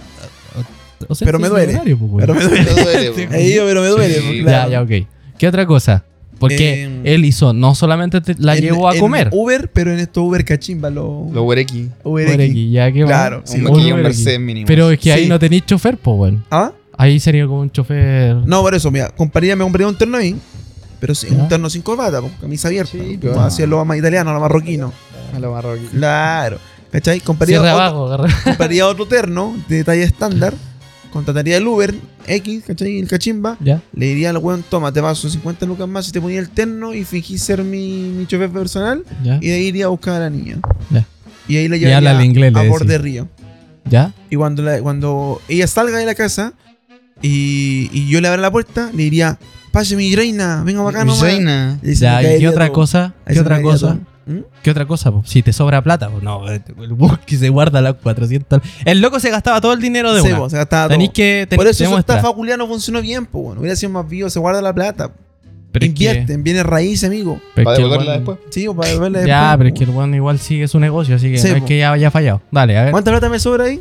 Speaker 1: Ah, Pero me
Speaker 3: es
Speaker 1: duele.
Speaker 3: millonario, po, weón.
Speaker 1: Pero me duele.
Speaker 4: Eso duele, po.
Speaker 1: He ido, pero me duele.
Speaker 4: Sí,
Speaker 1: pues,
Speaker 3: Ya,
Speaker 1: claro.
Speaker 3: ya, ok. ¿Qué otra cosa? Porque
Speaker 1: Eh,
Speaker 3: él hizo, no solamente te- la
Speaker 1: En-
Speaker 3: llevó a
Speaker 1: en
Speaker 3: comer.
Speaker 1: Uber, pero en esto Uber cachimba, lo,
Speaker 4: Los huerequi.
Speaker 1: Uber
Speaker 3: Por
Speaker 1: X.
Speaker 3: aquí, ya, qué
Speaker 1: Claro,
Speaker 3: bueno.
Speaker 1: sí, Oh,
Speaker 4: Un
Speaker 1: un
Speaker 4: maquillo, un
Speaker 3: Uber
Speaker 4: Mercedes
Speaker 3: aquí.
Speaker 4: mínimo.
Speaker 3: Pero es que ahí
Speaker 1: Sí.
Speaker 3: no tenéis chofer, po, weón.
Speaker 1: ¿Ah?
Speaker 3: Ahí sería como un chofer.
Speaker 1: No, por eso, mira, compraría, me compraría un terno ahí. Pero sí,
Speaker 3: Ya.
Speaker 1: un terno sin corbata, con camisa abierta.
Speaker 4: Sí,
Speaker 1: Sí,
Speaker 4: pero-
Speaker 1: Así es lo más italiano, lo marroquino.
Speaker 4: A la marroquí.
Speaker 1: Claro. ¿Cachai? Compraría
Speaker 3: Cierra
Speaker 1: otro,
Speaker 3: abajo, agarra.
Speaker 1: compraría otro terno de talla estándar. Contrataría el Uber X, ¿cachai? El cachimba.
Speaker 3: Ya.
Speaker 1: Le diría al weón, toma, te paso 50 lucas más y te ponía el terno y fingí ser mi, mi chofer personal.
Speaker 3: Ya.
Speaker 1: Y de ahí iría a buscar a la niña.
Speaker 3: Ya.
Speaker 1: Y ahí la
Speaker 3: Y
Speaker 1: llevaría
Speaker 3: háblale inglés, le
Speaker 1: a
Speaker 3: decís.
Speaker 1: Borde Río.
Speaker 3: Ya.
Speaker 1: Y cuando, la- cuando ella salga de la casa y, y yo le abra la puerta, le diría, pase mi reina, venga para acá nomás.
Speaker 4: Reina.
Speaker 1: Y ahí se me
Speaker 3: Ya, ¿y qué
Speaker 1: caería
Speaker 3: otra
Speaker 1: todo.
Speaker 3: cosa?
Speaker 1: Ahí
Speaker 3: ¿Qué
Speaker 1: se me
Speaker 3: otra
Speaker 1: caería
Speaker 3: cosa?
Speaker 1: todo. ¿Mm?
Speaker 3: ¿Qué otra cosa? po? Si te sobra plata, pues no, el weón que se guarda las 400. El loco se gastaba todo el dinero de
Speaker 1: Sí,
Speaker 3: una.
Speaker 1: po, se gastaba todo.
Speaker 3: Tenís que ten-
Speaker 1: Por eso esa
Speaker 3: demostrar.
Speaker 1: estafa culia no funcionó bien, pues bueno. Hubiera sido más vivo, se guarda la plata.
Speaker 3: Pero es que-
Speaker 1: Invierte en bienes raíces, amigo.
Speaker 3: pero es
Speaker 4: Para
Speaker 3: que el
Speaker 4: devolverla
Speaker 3: weón-
Speaker 4: después.
Speaker 1: Sí, o para verla
Speaker 3: Ya, pero
Speaker 1: después,
Speaker 3: es que el weón igual sigue su negocio, así que
Speaker 1: Sí,
Speaker 3: no es
Speaker 1: po.
Speaker 3: que ya haya fallado. Dale, a
Speaker 1: po.
Speaker 3: ver.
Speaker 1: ¿Cuánta plata me sobra ahí?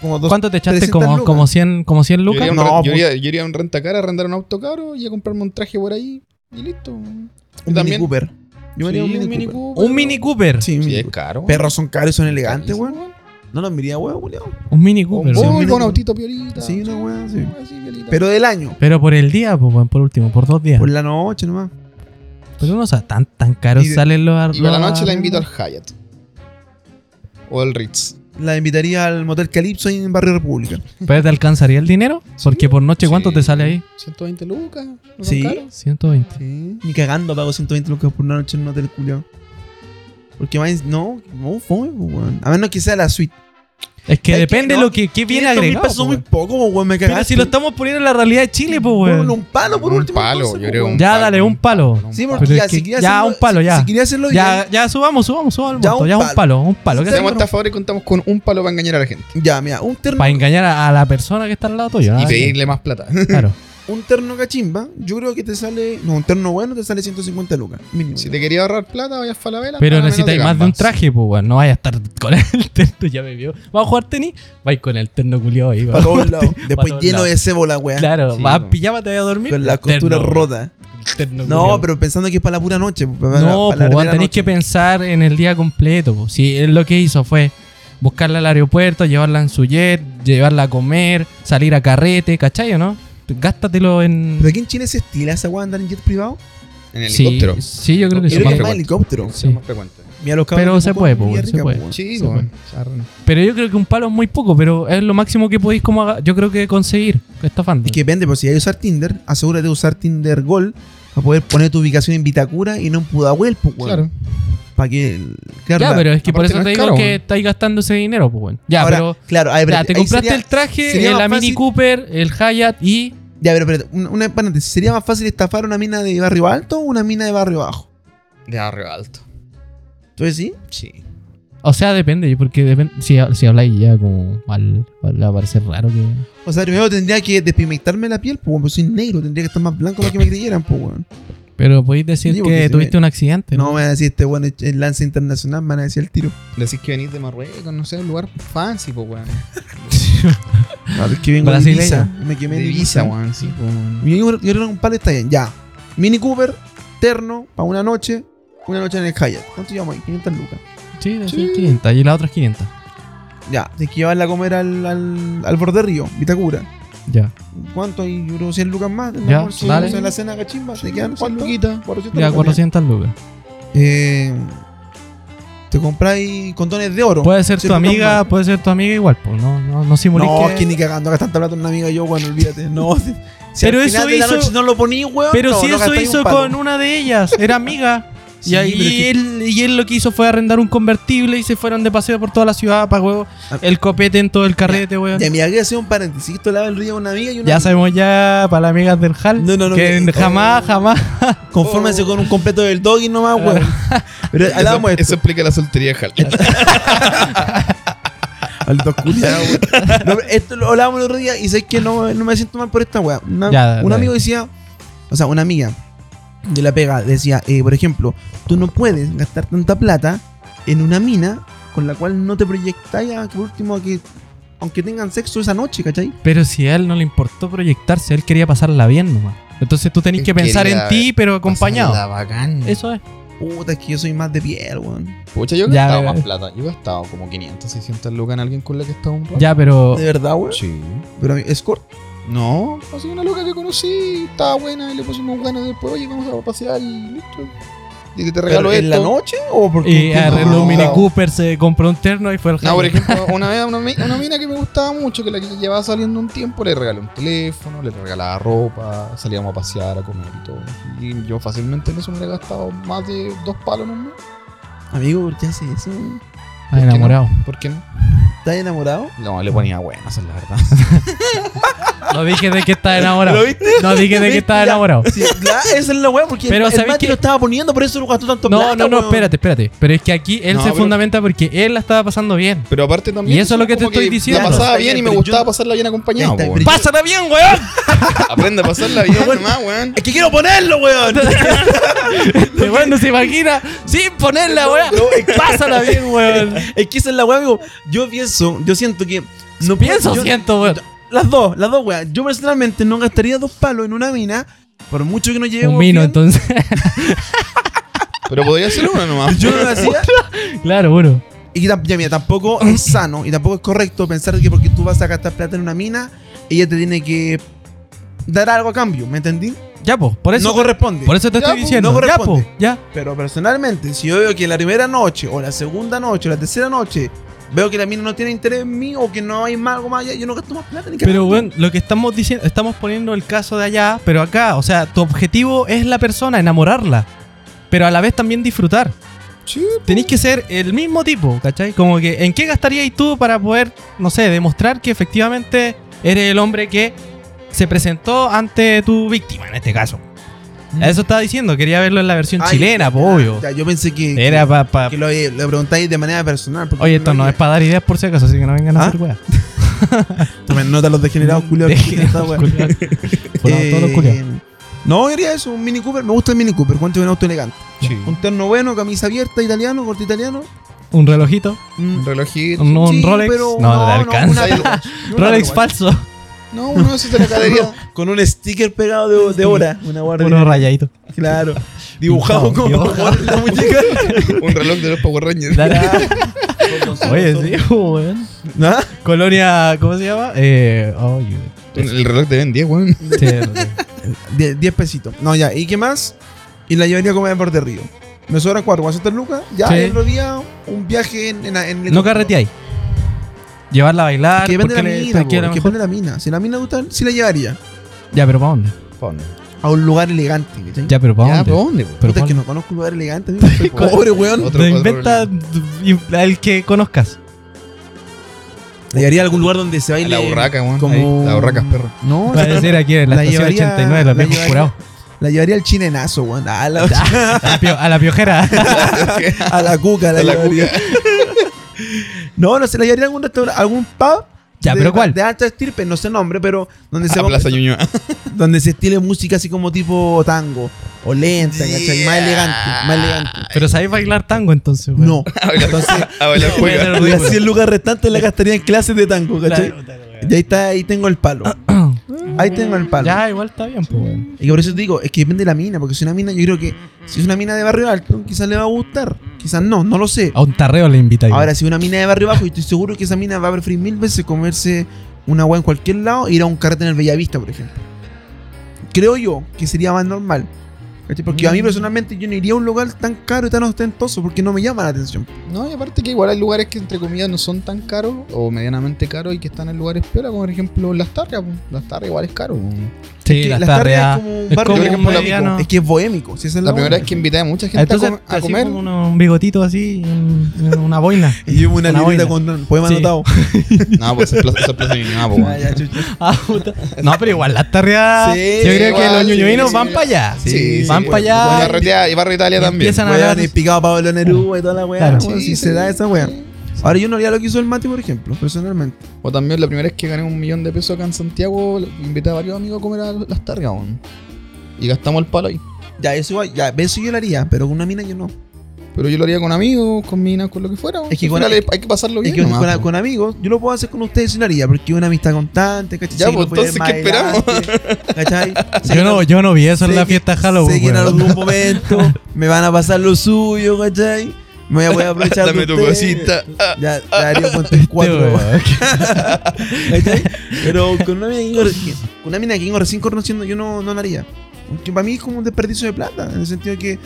Speaker 1: Como dos.
Speaker 3: ¿Cuánto te echaste?
Speaker 1: 300
Speaker 3: Como,
Speaker 1: lucas.
Speaker 3: como 100, como 100
Speaker 4: Yo
Speaker 3: lucas.
Speaker 4: iría, a un,
Speaker 1: No,
Speaker 4: re- yo
Speaker 1: pues.
Speaker 4: iría- yo iría a un rentacar, arrendar un auto caro y a comprarme un traje por ahí. Y listo.
Speaker 1: Un Mini
Speaker 4: también.
Speaker 1: Cooper. Yo haría
Speaker 4: Sí,
Speaker 1: un Mini Cooper.
Speaker 3: Un Mini Cooper.
Speaker 1: Sí, un
Speaker 4: Sí,
Speaker 1: Mini
Speaker 4: es
Speaker 1: Cooper.
Speaker 4: caro.
Speaker 1: Perros son caros y son elegantes,
Speaker 4: Carísimo,
Speaker 1: weón. No los miraría, weón, culiao.
Speaker 3: Un Mini
Speaker 4: O
Speaker 3: Cooper.
Speaker 1: sí,
Speaker 4: Un
Speaker 1: un
Speaker 4: Boy
Speaker 1: Mini
Speaker 4: con
Speaker 1: Cooper.
Speaker 4: autito piolita.
Speaker 1: Sí, una weá, sí.
Speaker 4: así, piolita.
Speaker 1: Pero del año.
Speaker 3: Pero por el día, pues, weón, por último, por dos días.
Speaker 1: Por la noche nomás.
Speaker 3: Pero no, o sea, tan, tan caros
Speaker 1: Y de-
Speaker 3: salen los ar-
Speaker 4: Y para la
Speaker 3: los
Speaker 4: noche la
Speaker 3: ar-
Speaker 4: invito al Hyatt. O al Ritz.
Speaker 1: La invitaría al Motel Calipso ahí en Barrio República.
Speaker 3: ¿Pero te alcanzaría el dinero? Porque por noche, ¿cuánto
Speaker 4: Sí.
Speaker 3: te sale ahí?
Speaker 4: 120 lucas. ¿no son
Speaker 1: Sí.
Speaker 4: caros?
Speaker 3: 120.
Speaker 4: Sí.
Speaker 1: Ni cagando pago 120 lucas por una noche en un hotel culiao. Porque más, no, no fue, weón. A menos que sea la suite.
Speaker 3: Es que
Speaker 1: Es que
Speaker 3: depende
Speaker 1: no,
Speaker 3: lo que, que viene
Speaker 1: 500 mil
Speaker 3: agregado.
Speaker 1: pesos
Speaker 3: po,
Speaker 1: muy
Speaker 3: weón.
Speaker 1: poco, po, weón. Me cagaste.
Speaker 3: Pero si lo estamos poniendo en la realidad de Chile, pues,
Speaker 1: Ponle
Speaker 3: weón.
Speaker 1: un palo por
Speaker 4: Un
Speaker 1: último.
Speaker 4: palo,
Speaker 1: entonces,
Speaker 4: yo
Speaker 1: po,
Speaker 4: creo
Speaker 1: weón.
Speaker 4: un-
Speaker 3: Ya, dale, un palo.
Speaker 4: un
Speaker 1: Sí,
Speaker 4: palo.
Speaker 1: porque
Speaker 3: Pero
Speaker 1: ya,
Speaker 3: es que-
Speaker 1: si quería
Speaker 3: ya,
Speaker 1: hacerlo,
Speaker 3: un palo,
Speaker 1: si-
Speaker 3: ya.
Speaker 1: Si quería hacerlo
Speaker 3: Ya,
Speaker 1: bien.
Speaker 3: ya subamos, subamos, subamos el
Speaker 1: Ya
Speaker 3: monto.
Speaker 1: un
Speaker 3: Ya un
Speaker 1: palo.
Speaker 3: palo, un palo. ¿Qué
Speaker 4: Hacemos
Speaker 3: hacemos?
Speaker 1: Bueno.
Speaker 4: esta favor y contamos con un palo para engañar a la gente.
Speaker 1: Ya, mira, un terno,
Speaker 3: Para engañar a, a la persona que está al lado tuyo.
Speaker 4: Y
Speaker 3: nada
Speaker 4: pedirle más plata.
Speaker 3: más. Claro.
Speaker 1: un terno cachimba, yo creo que te sale. No, un terno bueno te sale 150 lucas. Mínimo.
Speaker 4: si te quería ahorrar plata, vayas a Falabella.
Speaker 3: Pero
Speaker 4: nada menos
Speaker 3: necesitáis más de
Speaker 4: gamba.
Speaker 3: un traje, pues, weón. No vayas a estar con el terno, ya me vio. Vamos a jugar tenis, vais con el terno culiado ahí,
Speaker 1: Para
Speaker 3: weón.
Speaker 1: todos lados.
Speaker 3: Pa'
Speaker 1: Después
Speaker 3: todos
Speaker 1: lleno
Speaker 3: lados.
Speaker 1: de cebo la weá.
Speaker 3: Claro,
Speaker 4: Sí,
Speaker 3: vas
Speaker 4: po.
Speaker 3: a pijama, te vas a dormir.
Speaker 1: Con las costuras
Speaker 3: terno,
Speaker 1: rotas.
Speaker 3: terno
Speaker 1: No,
Speaker 3: culiao.
Speaker 1: pero pensando que es para la pura noche. po, para-
Speaker 3: No,
Speaker 1: para la
Speaker 3: pues, weón,
Speaker 1: primera
Speaker 3: tenéis
Speaker 1: noche.
Speaker 3: que pensar en el día completo. po. Si él lo que hizo fue buscarla al aeropuerto, llevarla en su jet, llevarla a comer, salir a carrete, ¿cachai o no? Gástatelo en.
Speaker 1: Pero aquí en Chile se estila esa weá andar en jet privado.
Speaker 4: En el
Speaker 3: sí,
Speaker 4: helicóptero.
Speaker 3: Sí, yo creo que
Speaker 1: Yo creo que es
Speaker 3: sí.
Speaker 4: más
Speaker 1: más
Speaker 4: frecuente.
Speaker 1: helicóptero.
Speaker 4: Sí,
Speaker 3: Sí.
Speaker 4: más frecuente.
Speaker 1: Mira los
Speaker 3: Pero
Speaker 1: cabros
Speaker 3: se
Speaker 1: de Pucón,
Speaker 3: puede, po,
Speaker 1: Villa
Speaker 3: se
Speaker 1: Rica,
Speaker 3: puede.
Speaker 1: po, weón.
Speaker 4: Sí, pues,
Speaker 3: Sí, pues.
Speaker 4: weón. Arre.
Speaker 3: Pero yo creo que un palo es muy poco, pero es lo máximo que podéis, como haga- yo creo que conseguir estafando.
Speaker 1: Es que depende, pues si hay que usar Tinder, asegúrate de usar Tinder Gold para poder poner tu ubicación en Vitacura y no en Pudahuel, pues, weón.
Speaker 4: Claro.
Speaker 1: Para que. Claro,
Speaker 3: ya,
Speaker 1: la-
Speaker 3: pero es que por
Speaker 4: aparte
Speaker 3: eso
Speaker 4: no
Speaker 3: te
Speaker 4: es
Speaker 3: digo
Speaker 4: caro,
Speaker 3: que
Speaker 4: weón.
Speaker 3: estáis gastando ese dinero, pues, bueno. Ya,
Speaker 1: ahora,
Speaker 3: pero.
Speaker 1: Claro, a ver,
Speaker 3: Ya,
Speaker 1: espérate,
Speaker 3: te
Speaker 1: ahí
Speaker 3: compraste
Speaker 1: sería-
Speaker 3: el traje,
Speaker 1: sería
Speaker 3: eh,
Speaker 1: más
Speaker 3: la Mini
Speaker 1: fácil-
Speaker 3: Cooper, el Hyatt y.
Speaker 1: Ya, pero espérate, una, una paréntesis, ¿Sería más fácil estafar una mina de barrio alto o una mina de barrio bajo?
Speaker 4: De arriba alto.
Speaker 1: Entonces sí.
Speaker 4: Sí.
Speaker 3: O sea, depende, porque depende. Si, si habláis ya como mal, mal, va a parecer raro que.
Speaker 1: O sea, primero tendría que despigmentarme la piel, pues, weón, pues soy negro, tendría que estar más blanco para que me creyeran, pues, weón.
Speaker 3: Pero podéis decir
Speaker 1: Sí, porque
Speaker 3: que
Speaker 1: se
Speaker 3: tuviste
Speaker 1: ve.
Speaker 3: un accidente.
Speaker 1: No me van a decir este weón es es lance internacional, me van a decir el tiro.
Speaker 4: Decís que venís de Marruecos, no sé, un lugar fancy, po, weón.
Speaker 1: No, es que vengo de
Speaker 3: Brasileño.
Speaker 1: Ibiza, me quemé
Speaker 4: De
Speaker 1: en
Speaker 4: Ibiza,
Speaker 1: Ibiza, weón.
Speaker 4: weón. Sí, po, weón.
Speaker 1: Yo creo- yo creo que un palo está bien, ya. Mini Cooper, terno, para una noche, una noche en el Hyatt. ¿Cuánto llevamos ahí? 500 lucas.
Speaker 3: Sí, de
Speaker 4: Sí.
Speaker 3: 500 y la otra es 500.
Speaker 1: Ya, de que llevarla a comer al, al, al borde río, Vitacura.
Speaker 3: Ya.
Speaker 1: ¿Cuánto hay? Yo creo 100 lucas más. del
Speaker 3: Ya,
Speaker 1: almuerzo,
Speaker 3: dale.
Speaker 1: o sea, la cena cachimba, ¿te quedan
Speaker 4: Juan
Speaker 1: 100
Speaker 4: Luquita.
Speaker 1: 400
Speaker 3: Ya,
Speaker 1: lucas.
Speaker 3: 400 lucas.
Speaker 1: Eh, te compráis condones de oro.
Speaker 3: Puede ser
Speaker 1: Sí,
Speaker 3: tu
Speaker 1: lucas
Speaker 3: amiga,
Speaker 1: más.
Speaker 3: puede ser tu amiga igual, pues. No, no, no simuléis
Speaker 1: No,
Speaker 3: que-
Speaker 1: es que ni cagando, gastando plata en una amiga yo, bueno, olvídate. No, si- si
Speaker 3: Pero
Speaker 1: al
Speaker 3: eso
Speaker 1: final de la
Speaker 3: hizo-
Speaker 1: noche no lo poní, weón.
Speaker 3: Pero
Speaker 1: no,
Speaker 3: si
Speaker 1: no
Speaker 3: eso
Speaker 1: gastáis un
Speaker 3: hizo
Speaker 1: palo.
Speaker 3: con una de ellas, era amiga.
Speaker 1: Sí,
Speaker 3: y ahí
Speaker 1: pero es que-
Speaker 3: él, y él lo que hizo fue arrendar un convertible y se fueron de paseo por toda la ciudad, pagó
Speaker 1: Ah.
Speaker 3: el copete en todo el carrete, weón.
Speaker 1: Ya,
Speaker 3: Ya,
Speaker 1: mira, que hacer un paréntesis. Esto lava el río a una amiga y una.
Speaker 3: sabemos ya para las amigas del Hal
Speaker 1: No, no, no,
Speaker 3: que
Speaker 1: que-
Speaker 3: jamás,
Speaker 1: oh.
Speaker 3: jamás.
Speaker 1: Confórmense con un completo del doggy nomás, weón. Oh. Pero
Speaker 4: Eso,
Speaker 1: hablamos de
Speaker 4: eso
Speaker 1: esto.
Speaker 4: explica la soltería de Hal.
Speaker 1: Al dos culiados, weón. No, pero esto lo hablábamos el otro día y sé que no, no me siento mal por esta weá. Una-
Speaker 3: Ya, dale.
Speaker 1: un amigo decía, o sea, una amiga de la pega decía, eh, por ejemplo, tú no puedes gastar tanta plata en una mina con la cual no te proyectáis a que por último a que. Aunque tengan sexo esa noche, ¿cachai?
Speaker 3: Pero si a él no le importó proyectarse, él quería pasarla bien nomás. Entonces tú tenés
Speaker 4: Él
Speaker 3: que pensar en
Speaker 4: quería
Speaker 3: ti, pero
Speaker 4: Pasarla
Speaker 3: acompañado.
Speaker 4: bacán.
Speaker 3: Eso es.
Speaker 1: Puta, es que yo soy más de piel, weón.
Speaker 4: Pucha, yo he
Speaker 3: Ya,
Speaker 4: gastado
Speaker 3: pero-
Speaker 4: más plata. Yo he gastado como 500, 600 lucas en alguien con la que he estado un rato.
Speaker 3: Ya, pero
Speaker 1: De verdad, weón.
Speaker 4: Sí.
Speaker 1: Pero a mí, es corto.
Speaker 4: No, así una loca que conocí, estaba buena y le pusimos ganas después, oye, vamos a pasear y listo. Y te, te regalo
Speaker 1: ¿Pero
Speaker 4: esto.
Speaker 1: ¿En la noche o porque
Speaker 3: y
Speaker 1: no,
Speaker 3: arregló
Speaker 4: no.
Speaker 3: eh, un Mini Cooper, se compró un terno y fue el
Speaker 4: No,
Speaker 3: Hal.
Speaker 4: por ejemplo, una vez una, mi- una mina que me gustaba mucho, que la que llevaba saliendo un tiempo, le regalé un teléfono, le regalaba ropa, salíamos a pasear, a comer y todo. Y yo fácilmente en eso me he gastado más de dos palos en un mes.
Speaker 1: Amigo, ¿por qué haces eso?
Speaker 3: Ah, enamorado.
Speaker 4: ¿Por qué no?
Speaker 1: ¿Estás enamorado?
Speaker 4: No, le ponía buena, esa es la verdad.
Speaker 3: No dije de que estaba enamorado.
Speaker 1: ¿Lo viste?
Speaker 3: No dije de que
Speaker 1: ¿Viste?
Speaker 3: estaba
Speaker 1: Ya.
Speaker 3: enamorado.
Speaker 1: Sí, la- esa es la weá, porque
Speaker 3: Pero
Speaker 1: el, el
Speaker 3: ¿sabéis
Speaker 1: Mati
Speaker 3: qué?
Speaker 1: lo estaba poniendo, por eso lo gastó tanto
Speaker 3: No,
Speaker 1: plata,
Speaker 3: no, no,
Speaker 1: weón.
Speaker 3: espérate, espérate. Pero es que aquí él
Speaker 4: No,
Speaker 3: se
Speaker 4: pero-
Speaker 3: fundamenta porque él la estaba pasando bien.
Speaker 4: Pero aparte también.
Speaker 3: Y eso es lo que te
Speaker 4: como
Speaker 3: estoy diciendo.
Speaker 4: La pasaba
Speaker 1: Está
Speaker 4: bien
Speaker 1: bien,
Speaker 4: y me
Speaker 1: pero
Speaker 4: gustaba
Speaker 1: yo-
Speaker 4: pasarla bien acompañado.
Speaker 1: Está,
Speaker 4: po,
Speaker 1: pero
Speaker 4: weón.
Speaker 3: ¡Pásala bien, weón!
Speaker 4: Aprende a pasarla bien nomás, weón.
Speaker 1: Es que quiero ponerlo, weón.
Speaker 3: Este weón no se imagina sin ponerla, weón. Pásala bien, weón.
Speaker 1: es que esa es la weá, amigo. Yo pienso, yo siento que. No
Speaker 3: Pienso,
Speaker 1: yo-
Speaker 3: siento, weón.
Speaker 1: Las dos, las dos, weón. Yo personalmente no gastaría dos palos en una mina, por mucho que no lleguemos.
Speaker 3: Un vino,
Speaker 1: bien.
Speaker 3: entonces.
Speaker 4: Pero podría ser una nomás.
Speaker 1: Yo no lo hacía.
Speaker 3: claro, bueno.
Speaker 1: Y tam- ya, mira, tampoco es sano y tampoco es correcto pensar que porque tú vas a gastar plata en una mina, ella te tiene que dar algo a cambio, ¿me entendí?
Speaker 3: Ya, pues, por eso.
Speaker 1: no corresponde.
Speaker 3: por eso te
Speaker 4: Ya,
Speaker 3: estoy
Speaker 4: po,
Speaker 3: diciendo.
Speaker 1: no
Speaker 3: ya, po,
Speaker 1: corresponde.
Speaker 3: ya.
Speaker 1: Pero personalmente, si yo veo que la primera noche, o la segunda noche, o la tercera noche, veo que la mina no tiene interés en mí o que no hay más, algo más allá, yo no gasto más plata ni
Speaker 3: Pero,
Speaker 1: cagando.
Speaker 3: weón, lo que estamos diciendo, estamos poniendo el caso de allá, pero acá. O sea, tu objetivo es la persona, enamorarla. Pero a la vez también disfrutar.
Speaker 4: Sí, pues,
Speaker 3: Tenéis que ser el mismo tipo, ¿cachai? Como que, ¿en qué gastaríais tú para poder, no sé, demostrar que efectivamente eres el hombre que se presentó ante tu víctima, en este caso? Eso estaba diciendo, quería verlo en la versión
Speaker 1: Mm. Ay,
Speaker 3: chilena, po, obvio.
Speaker 1: Ya, yo pensé que,
Speaker 3: Era para...
Speaker 1: que lo, eh, lo preguntáis de manera personal. porque
Speaker 3: Oye, esto
Speaker 1: lo
Speaker 3: no es
Speaker 1: haría.
Speaker 3: para dar ideas por si acaso, así que no vengan a
Speaker 1: ¿Ah?
Speaker 3: hacer weas.
Speaker 1: Tomen nota los degenerados culiados. que tienen esta wea.
Speaker 3: Culiados. Fueron todos los
Speaker 1: Eh,
Speaker 3: culiados.
Speaker 1: No, diría eso, un Mini Cooper. Me gusta el Mini Cooper, cuánto es un auto elegante.
Speaker 4: Sí.
Speaker 1: Un terno bueno, camisa abierta, italiano, corte italiano.
Speaker 3: Un relojito,
Speaker 1: Mm,
Speaker 4: Un relojito.
Speaker 3: un, un
Speaker 1: sí,
Speaker 3: Rolex.
Speaker 1: pero
Speaker 3: no, no, te
Speaker 1: no, no,
Speaker 3: alcanza.
Speaker 1: una-
Speaker 3: Rolex
Speaker 1: Apple Watch.
Speaker 3: falso,
Speaker 4: No, uno de esos de la cadería.
Speaker 1: Con un sticker pegado de, de hora. Una guardia.
Speaker 3: puro rayadito.
Speaker 1: Claro. Dibujado
Speaker 3: Pintado,
Speaker 1: como
Speaker 3: dibujado.
Speaker 1: la muñeca.
Speaker 4: un reloj de los Power Rangers.
Speaker 3: Oye, sí, weón.
Speaker 1: ¿Ah?
Speaker 3: Colonia, ¿cómo se llama? Eh, oh, you-
Speaker 4: Un- El reloj de Ben 10, weón.
Speaker 3: Sí, sí.
Speaker 1: 10 pesitos. No, ya. ¿Y qué más? Y la llevaría a comer por de río. Me sobran cuatro. ¿Vas a hacer lucas? Ya,
Speaker 3: Sí.
Speaker 1: el otro día, un viaje en, en, en
Speaker 3: no carreteáis. Llevarla a bailar.
Speaker 1: Que depende de
Speaker 3: porque
Speaker 1: la
Speaker 3: le-
Speaker 1: mina.
Speaker 3: porque
Speaker 1: po,
Speaker 3: a lo
Speaker 1: que
Speaker 3: mejor-
Speaker 1: depende de la mina. Si la mina gusta, sí la llevaría.
Speaker 3: Ya, pero ¿para dónde?
Speaker 1: A un lugar elegante. ¿cachai?
Speaker 3: Ya, pero ¿para
Speaker 4: Ya,
Speaker 3: dónde?
Speaker 4: ¿pero dónde, weón?
Speaker 3: Pero
Speaker 1: Puta, es que
Speaker 3: ¿pa'
Speaker 1: no conozco un lugar elegante. amigo. Soy pobre, weón.
Speaker 4: Otro-
Speaker 3: dónde?
Speaker 4: otro
Speaker 3: inventa y- al que conozcas.
Speaker 1: La llevaría a algún lugar donde se
Speaker 4: A
Speaker 1: baile.
Speaker 4: La burraca, weón.
Speaker 1: como-
Speaker 4: Ahí, La burraca es perro.
Speaker 1: No,
Speaker 3: Va a decir aquí en la,
Speaker 1: la
Speaker 3: estación
Speaker 1: llevaría-
Speaker 3: 89, los
Speaker 1: la
Speaker 3: viejos
Speaker 1: llevaría-
Speaker 3: curados.
Speaker 1: la llevaría al chinenazo, weón. A la,
Speaker 3: A la pio- A la piojera.
Speaker 1: a la cuca, la
Speaker 4: A la
Speaker 1: llevaría. no, no sé, la llevaría a algún restaurante, a algún pub.
Speaker 3: Ya,
Speaker 1: de-
Speaker 3: pero ¿cuál?
Speaker 1: De alta estirpe, no sé nombre, pero donde se
Speaker 4: A Ah, Plaza Ñuñoa.
Speaker 1: donde se estile música así como tipo tango o lenta, ¿cachai? Más elegante, más elegante.
Speaker 3: pero ¿sabéis bailar tango entonces? weón?
Speaker 1: No,
Speaker 4: A bailar, a bailar
Speaker 3: Voy
Speaker 4: juega.
Speaker 3: a
Speaker 1: y así el lugar restante la gastaría en clases de tango, ¿cachai?
Speaker 3: Claro, claro,
Speaker 1: Y ahí está, ahí tengo el palo. Ahí tengo el palo.
Speaker 3: Ya, igual está bien, pues, weón.
Speaker 1: Y por eso te digo, es que depende de la mina, porque si una mina, yo creo que si es una mina de barrio alto, quizás le va a gustar, quizás no, no lo sé.
Speaker 3: A un tarreo le invitáis.
Speaker 1: Ahora, si una mina de barrio bajo, yo estoy seguro que esa mina va a preferir mil veces comerse una hueá en cualquier lado e ir a un carrete en el Bellavista, por ejemplo. Creo yo que sería más normal. ¿Cachai? Porque
Speaker 4: Mm.
Speaker 1: a mí personalmente yo no iría a un lugar tan caro y tan ostentoso porque no me llama la atención.
Speaker 4: No, y aparte que igual hay lugares que entre comillas no son tan caros o medianamente caros y que están en lugares peores, como por ejemplo las tarrias. po. Las tarrias igual es caro. po.
Speaker 3: Sí,
Speaker 1: que
Speaker 3: las
Speaker 1: las tardes
Speaker 3: tarreas.
Speaker 1: es como un barrio,
Speaker 4: por ejemplo, la pico.
Speaker 3: mediano.
Speaker 1: Es que es bohémico. Si esa es
Speaker 4: La
Speaker 1: la
Speaker 4: primera
Speaker 1: onda.
Speaker 4: vez que invité a mucha gente a
Speaker 3: Entonces,
Speaker 4: com- a,
Speaker 3: así
Speaker 4: comer.
Speaker 3: como uno- un bigotito así, un- una boina.
Speaker 1: Y llevo una,
Speaker 3: Una
Speaker 1: libreta con poema
Speaker 3: Sí.
Speaker 1: anotado.
Speaker 4: No, pues es plaza, esa es plaza de mi mamá, po, weón.
Speaker 3: Ah, puta. No, pero igual las tarreas.
Speaker 1: Sí,
Speaker 3: yo creo que
Speaker 4: igual,
Speaker 3: los
Speaker 4: sí,
Speaker 3: ñoñoinos
Speaker 4: sí,
Speaker 3: van
Speaker 4: sí.
Speaker 3: para allá.
Speaker 1: Sí, sí,
Speaker 3: van
Speaker 1: bueno,
Speaker 3: para
Speaker 4: Y
Speaker 3: allá.
Speaker 4: Barretea- y Barrio Italia
Speaker 3: y
Speaker 4: también.
Speaker 3: empiezan a
Speaker 1: Weón,
Speaker 3: hablar.
Speaker 1: y picado Pablo Neruda y toda la weá.
Speaker 3: Claro.
Speaker 1: weón,
Speaker 4: Sí,
Speaker 1: si
Speaker 4: sí.
Speaker 1: se da esa weá. Ahora yo no haría lo que hizo el Mati, por ejemplo, personalmente.
Speaker 4: O también la primera vez que gané un millón de pesos acá en Santiago, invité a varios amigos a comer a las targas, weón. Y gastamos el palo ahí.
Speaker 1: Ya, eso igual, ya, eso yo lo haría, pero con una mina yo no.
Speaker 4: Pero yo lo haría con amigos, con minas, con lo que fuera. weón.
Speaker 1: Es que
Speaker 4: Al
Speaker 1: con-
Speaker 4: final hay que pasarlo
Speaker 1: Es
Speaker 4: bien.
Speaker 1: que con,
Speaker 4: nomás,
Speaker 1: con-
Speaker 4: po.
Speaker 1: con amigos, yo lo puedo hacer con ustedes si lo haría, porque es una amistad constante, ¿cachai?
Speaker 4: Ya,
Speaker 1: Sé que
Speaker 4: pues,
Speaker 1: lo puede ir
Speaker 4: entonces,
Speaker 1: más
Speaker 4: ¿qué
Speaker 1: adelante, ¿Cachai? Sé
Speaker 3: Yo
Speaker 1: que-
Speaker 3: no, yo no vi eso en
Speaker 1: sé
Speaker 3: la
Speaker 1: que-
Speaker 3: fiesta Halloween.
Speaker 4: pues,
Speaker 1: Sé que en
Speaker 3: weón.
Speaker 1: algún momento me van a pasar lo suyo, ¿cachai? Me voy a poder aprovechar de
Speaker 4: Dame tu
Speaker 1: ustedes.
Speaker 4: cosita. Ah.
Speaker 1: Ya, ya haría con tres,
Speaker 3: Este,
Speaker 1: cuatro.
Speaker 3: weón.
Speaker 1: ¿Cachai? Pero con una mina que vengo recién, con una mina que vengo recién conociendo, yo no, no la haría. Porque para mí es como un desperdicio de plata, en el sentido de que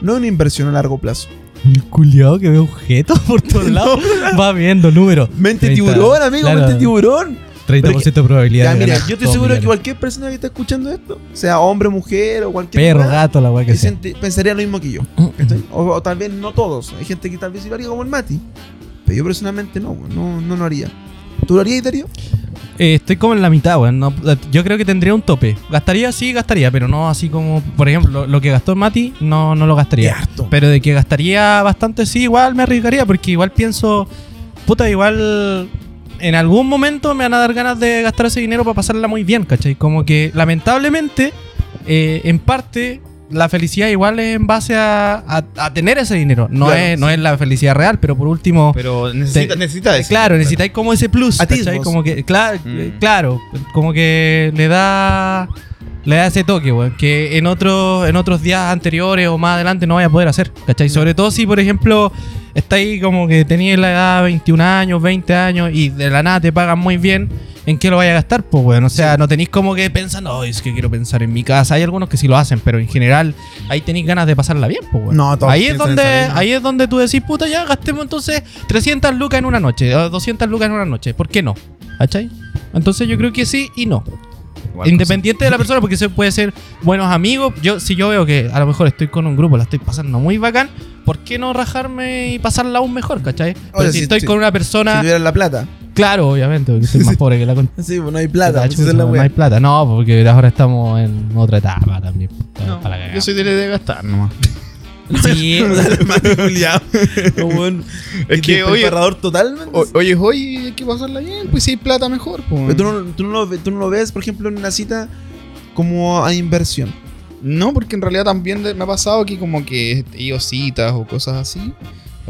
Speaker 1: no es una inversión a largo plazo.
Speaker 3: El culiado que ve objetos por todos lados. Va viendo números.
Speaker 1: Mente
Speaker 3: 30,
Speaker 1: tiburón, amigo,
Speaker 3: claro,
Speaker 1: mente tiburón.
Speaker 3: 30% de probabilidad.
Speaker 1: Ya,
Speaker 3: de
Speaker 1: mira,
Speaker 3: ganar
Speaker 1: yo estoy
Speaker 3: dos
Speaker 1: seguro que
Speaker 3: millones.
Speaker 1: cualquier persona que está escuchando esto, sea hombre, mujer o cualquier
Speaker 3: Perro,
Speaker 1: persona,
Speaker 3: gato, la weá que sea. Mm,
Speaker 1: pensaría lo mismo que yo. ¿cachai? O, o tal vez no todos. Hay gente que tal vez sí lo haría como el Mati. Pero yo personalmente no, güey, no, no lo haría. ¿Tú lo harías, Darío?
Speaker 3: Eh, estoy como en la mitad, weón. No, eh, yo creo que tendría un tope. Gastaría, sí, gastaría, pero no así como, por ejemplo, lo, lo que gastó Mati, no, no lo gastaría.
Speaker 1: harto.
Speaker 3: Pero de que gastaría bastante, sí, igual me arriesgaría, porque igual pienso, puta, igual en algún momento me van a dar ganas de gastar ese dinero para pasarla muy bien, ¿cachai? Como que lamentablemente, eh, en parte, la felicidad igual es en base a, a- a tener ese dinero. No,
Speaker 1: Claro,
Speaker 3: es, no es la felicidad real, pero por último...
Speaker 4: Pero
Speaker 3: Te-
Speaker 4: necesita
Speaker 3: Eh, claro, necesitáis como ese plus.
Speaker 1: Atisbos.
Speaker 3: ¿cachai? Como que, claro,
Speaker 4: Mm.
Speaker 3: claro, como que le da le da ese toque, weón, que en otros en otros días anteriores o más adelante no vaya a poder hacer,
Speaker 4: Mm.
Speaker 3: ¿cachai? Sobre todo si, por ejemplo, estáis como que tenías la edad de 21 años, 20 años y de la nada te pagan muy bien, ¿en qué lo vaya a gastar? Pues, weón, o sea, no tenéis como que pensando, "Ay, es que quiero pensar en mi casa. Hay algunos que sí lo hacen, pero en general ahí tenéis ganas de pasarla bien, pues, weón.
Speaker 1: No, todos
Speaker 3: ahí es
Speaker 1: piensan
Speaker 3: donde
Speaker 1: en esa
Speaker 3: ahí es donde tú decís, puta, ya gastemos entonces 300 lucas en una noche, o 200 lucas en una noche, ¿por qué no? ¿Cachai? Entonces yo creo que sí y no. Independiente de la persona, porque se puede ser buenos amigos. Yo, si yo veo que a lo mejor estoy con un grupo, la estoy pasando muy bacán, ¿por qué no rajarme y pasarla aún mejor, cachai? Pero
Speaker 1: Oye,
Speaker 3: si,
Speaker 1: si-
Speaker 3: estoy
Speaker 1: si-
Speaker 3: con una
Speaker 1: Si
Speaker 3: persona,
Speaker 1: tuvieran la plata.
Speaker 3: claro, obviamente, porque soy más pobre que la con-
Speaker 1: Sí, pues no hay
Speaker 3: que
Speaker 1: plata.
Speaker 3: la
Speaker 1: pues, esa
Speaker 3: chucha,
Speaker 1: es la
Speaker 3: no
Speaker 1: wea.
Speaker 3: hay plata. No, porque ahora estamos en otra etapa también. puta,
Speaker 4: No,
Speaker 3: para la cagada.
Speaker 4: yo soy de, de gastar nomás.
Speaker 3: Sí,
Speaker 1: Dale, Mati, culiao. No, weón.
Speaker 4: Es que, oye,
Speaker 1: Desperrador totalmente.
Speaker 4: o- oye, hoy hay que pasarla bien, pues si hay plata mejor. Pues.
Speaker 1: Pero tú no, tú no lo, ve- tú no lo ves, por ejemplo, en una cita como a inversión.
Speaker 4: No, porque en realidad también de- me ha pasado que como que he ido a citas o cosas así,